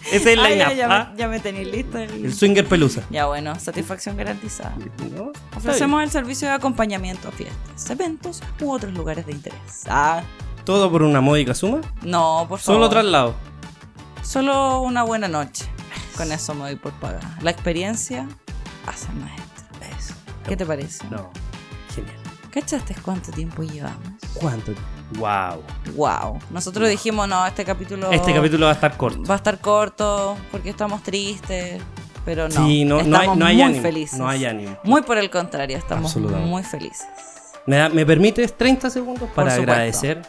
[SPEAKER 4] Ese es el
[SPEAKER 3] Ah, ya,
[SPEAKER 4] line-up.
[SPEAKER 3] ya,
[SPEAKER 4] ¿ah?
[SPEAKER 3] me, ya me tenéis listo. el-
[SPEAKER 4] El swinger pelusa.
[SPEAKER 3] Ya bueno, satisfacción garantizada.
[SPEAKER 4] ¿No? Está
[SPEAKER 3] Ofrecemos el servicio de acompañamiento a fiestas, eventos u otros lugares de interés. Ah,
[SPEAKER 4] bien. Todo por una módica suma.
[SPEAKER 3] no, por favor.
[SPEAKER 4] Solo traslado.
[SPEAKER 3] Solo una buena noche. Con eso me doy por pagada. La experiencia hace al maestro. Eso. ¿Qué te parece?
[SPEAKER 4] No. Genial.
[SPEAKER 3] ¿Cachaste cuánto tiempo llevamos?
[SPEAKER 4] ¿Cuánto? Wow.
[SPEAKER 3] Wow. Nosotros dijimos, no, este capítulo,
[SPEAKER 4] Este capítulo va a estar corto.
[SPEAKER 3] va a estar corto porque estamos tristes. Pero no,
[SPEAKER 4] Sí, no, no
[SPEAKER 3] estamos
[SPEAKER 4] hay, no hay
[SPEAKER 3] muy
[SPEAKER 4] ánimo.
[SPEAKER 3] felices.
[SPEAKER 4] No hay ánimo.
[SPEAKER 3] Muy por el contrario, estamos
[SPEAKER 4] Absolutamente.
[SPEAKER 3] muy felices.
[SPEAKER 4] ¿Me, da- me permites 30 segundos para
[SPEAKER 3] supuesto.
[SPEAKER 4] agradecer?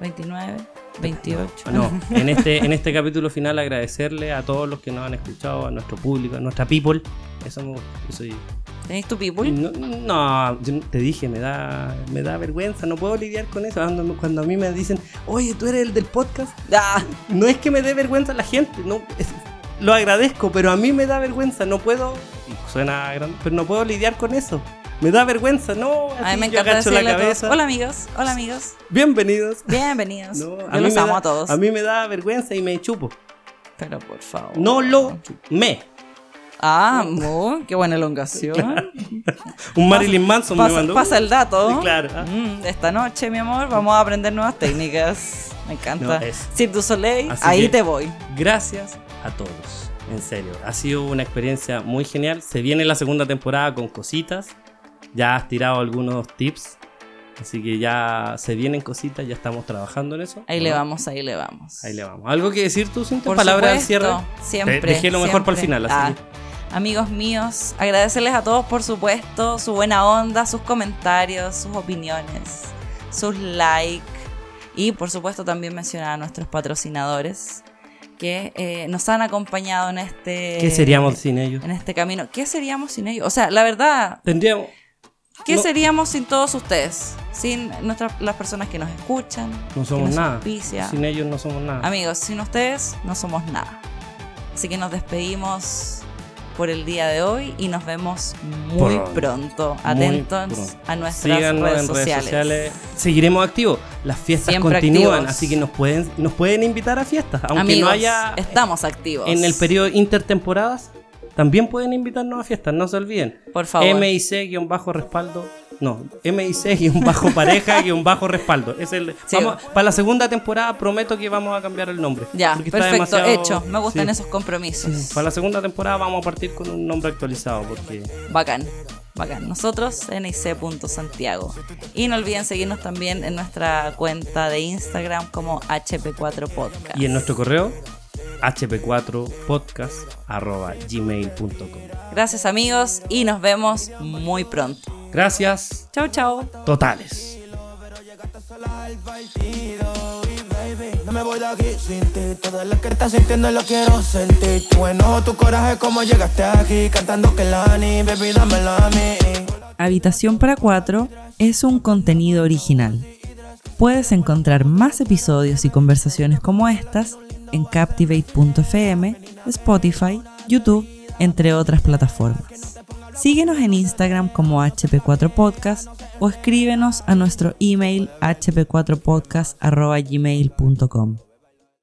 [SPEAKER 3] 29, 28.
[SPEAKER 4] No, en este, en este capítulo final agradecerle a todos los que nos han escuchado, a nuestro público, a nuestra people. Eso me gusta. Yo soy-
[SPEAKER 3] [LAUGHS] ¿Tenéis tu people?
[SPEAKER 4] No, no, yo te dije, me da, me da vergüenza, no puedo lidiar con eso. Cuando, cuando a mí me dicen, oye, tú eres el del podcast,
[SPEAKER 3] Ah,
[SPEAKER 4] no es que me dé vergüenza la gente, no, es- lo agradezco, pero a mí me da vergüenza, no puedo, y suena grande, pero no puedo lidiar con eso. Me da vergüenza, no,
[SPEAKER 3] a mí
[SPEAKER 4] así
[SPEAKER 3] me
[SPEAKER 4] yo
[SPEAKER 3] encanta
[SPEAKER 4] agacho la
[SPEAKER 3] decirle a todos,
[SPEAKER 4] cabeza.
[SPEAKER 3] hola amigos, hola amigos,
[SPEAKER 4] Bienvenidos.
[SPEAKER 3] bienvenidos.
[SPEAKER 4] [LAUGHS] No,
[SPEAKER 3] Yo los
[SPEAKER 4] me
[SPEAKER 3] amo
[SPEAKER 4] da-
[SPEAKER 3] a todos.
[SPEAKER 4] A mí me da vergüenza y me chupo.
[SPEAKER 3] Pero por favor.
[SPEAKER 4] No lo me.
[SPEAKER 3] Ah, muy, qué buena elongación.
[SPEAKER 4] Un Marilyn Manson me
[SPEAKER 3] pasa,
[SPEAKER 4] mandó.
[SPEAKER 3] pasa el dato.
[SPEAKER 4] Sí, claro. Ah.
[SPEAKER 3] Mm, esta noche, mi amor, vamos a aprender nuevas técnicas. Me encanta.
[SPEAKER 4] No, es-
[SPEAKER 3] Cirque du Soleil,
[SPEAKER 4] Así
[SPEAKER 3] ahí
[SPEAKER 4] que-
[SPEAKER 3] te voy.
[SPEAKER 4] Gracias a todos. En serio, ha sido una experiencia muy genial. Se viene la segunda temporada con cositas. Ya has tirado algunos tips. Así que ya se vienen cositas, ya estamos trabajando en eso.
[SPEAKER 3] Ahí
[SPEAKER 4] ¿No?
[SPEAKER 3] le vamos, ahí le vamos.
[SPEAKER 4] Ahí le vamos. ¿Algo que decir tú sin
[SPEAKER 3] Por
[SPEAKER 4] palabra de cierre?
[SPEAKER 3] supuesto, siempre.
[SPEAKER 4] Te- dejé lo mejor para el
[SPEAKER 3] siempre. Ah,
[SPEAKER 4] final, así
[SPEAKER 3] Amigos míos, agradecerles a todos, por supuesto, su buena onda, sus comentarios, sus opiniones, sus likes. Y, por supuesto, también mencionar a nuestros patrocinadores que eh, nos han acompañado en este.
[SPEAKER 4] ¿Qué seríamos sin ellos?
[SPEAKER 3] En este camino. ¿Qué seríamos sin ellos? O sea, la verdad,
[SPEAKER 4] Tendríamos.
[SPEAKER 3] ¿qué
[SPEAKER 4] No.
[SPEAKER 3] seríamos sin todos ustedes? Sin nuestras, las personas que nos escuchan.
[SPEAKER 4] No somos
[SPEAKER 3] que nos
[SPEAKER 4] nada.
[SPEAKER 3] auspician.
[SPEAKER 4] Sin ellos no somos nada.
[SPEAKER 3] Amigos, sin ustedes no somos nada. Así que nos despedimos por el día de hoy y nos vemos muy
[SPEAKER 4] Pronto.
[SPEAKER 3] pronto.
[SPEAKER 4] Muy
[SPEAKER 3] Atentos
[SPEAKER 4] pronto.
[SPEAKER 3] a nuestras
[SPEAKER 4] Síganos
[SPEAKER 3] redes,
[SPEAKER 4] en
[SPEAKER 3] sociales.
[SPEAKER 4] redes sociales. Seguiremos activos. Las fiestas
[SPEAKER 3] Siempre
[SPEAKER 4] continúan,
[SPEAKER 3] activos.
[SPEAKER 4] así que nos pueden, nos pueden invitar a fiestas. Aunque
[SPEAKER 3] Amigos,
[SPEAKER 4] no haya
[SPEAKER 3] estamos activos.
[SPEAKER 4] en el periodo intertemporadas, también pueden invitarnos a fiestas, no se olviden.
[SPEAKER 3] Por favor.
[SPEAKER 4] MIC-respaldo. No, MIC-pareja-respaldo. Es el.
[SPEAKER 3] Sí.
[SPEAKER 4] vamos- para la segunda temporada prometo que vamos a cambiar el nombre.
[SPEAKER 3] ya,
[SPEAKER 4] porque está
[SPEAKER 3] perfecto,
[SPEAKER 4] demasiado-
[SPEAKER 3] hecho. Me gustan
[SPEAKER 4] sí.
[SPEAKER 3] esos compromisos.
[SPEAKER 4] Sí, Para la segunda temporada vamos a partir con un nombre actualizado porque
[SPEAKER 3] Bacán, bacán. Nosotros nic.santiago. Y no olviden seguirnos también en nuestra cuenta de Instagram como hp4podcast.
[SPEAKER 4] Y en nuestro correo, hp4podcast.gmail.com.
[SPEAKER 3] Gracias amigos y nos vemos muy pronto.
[SPEAKER 4] Gracias,
[SPEAKER 3] Chau, chau.
[SPEAKER 4] totales.
[SPEAKER 2] No me voy de aquí sin ti Todo lo que estás sintiendo lo quiero sentir Tu enojo, tu coraje, cómo llegaste aquí Cantando que Lani, baby, dámelo a mí
[SPEAKER 3] Habitación para Cuatro es un contenido original. Puedes encontrar más episodios y conversaciones como estas en captivate.fm, Spotify, YouTube, entre otras plataformas. Síguenos en Instagram como hp4podcast o escríbenos a nuestro email hp4podcast.gmail.com.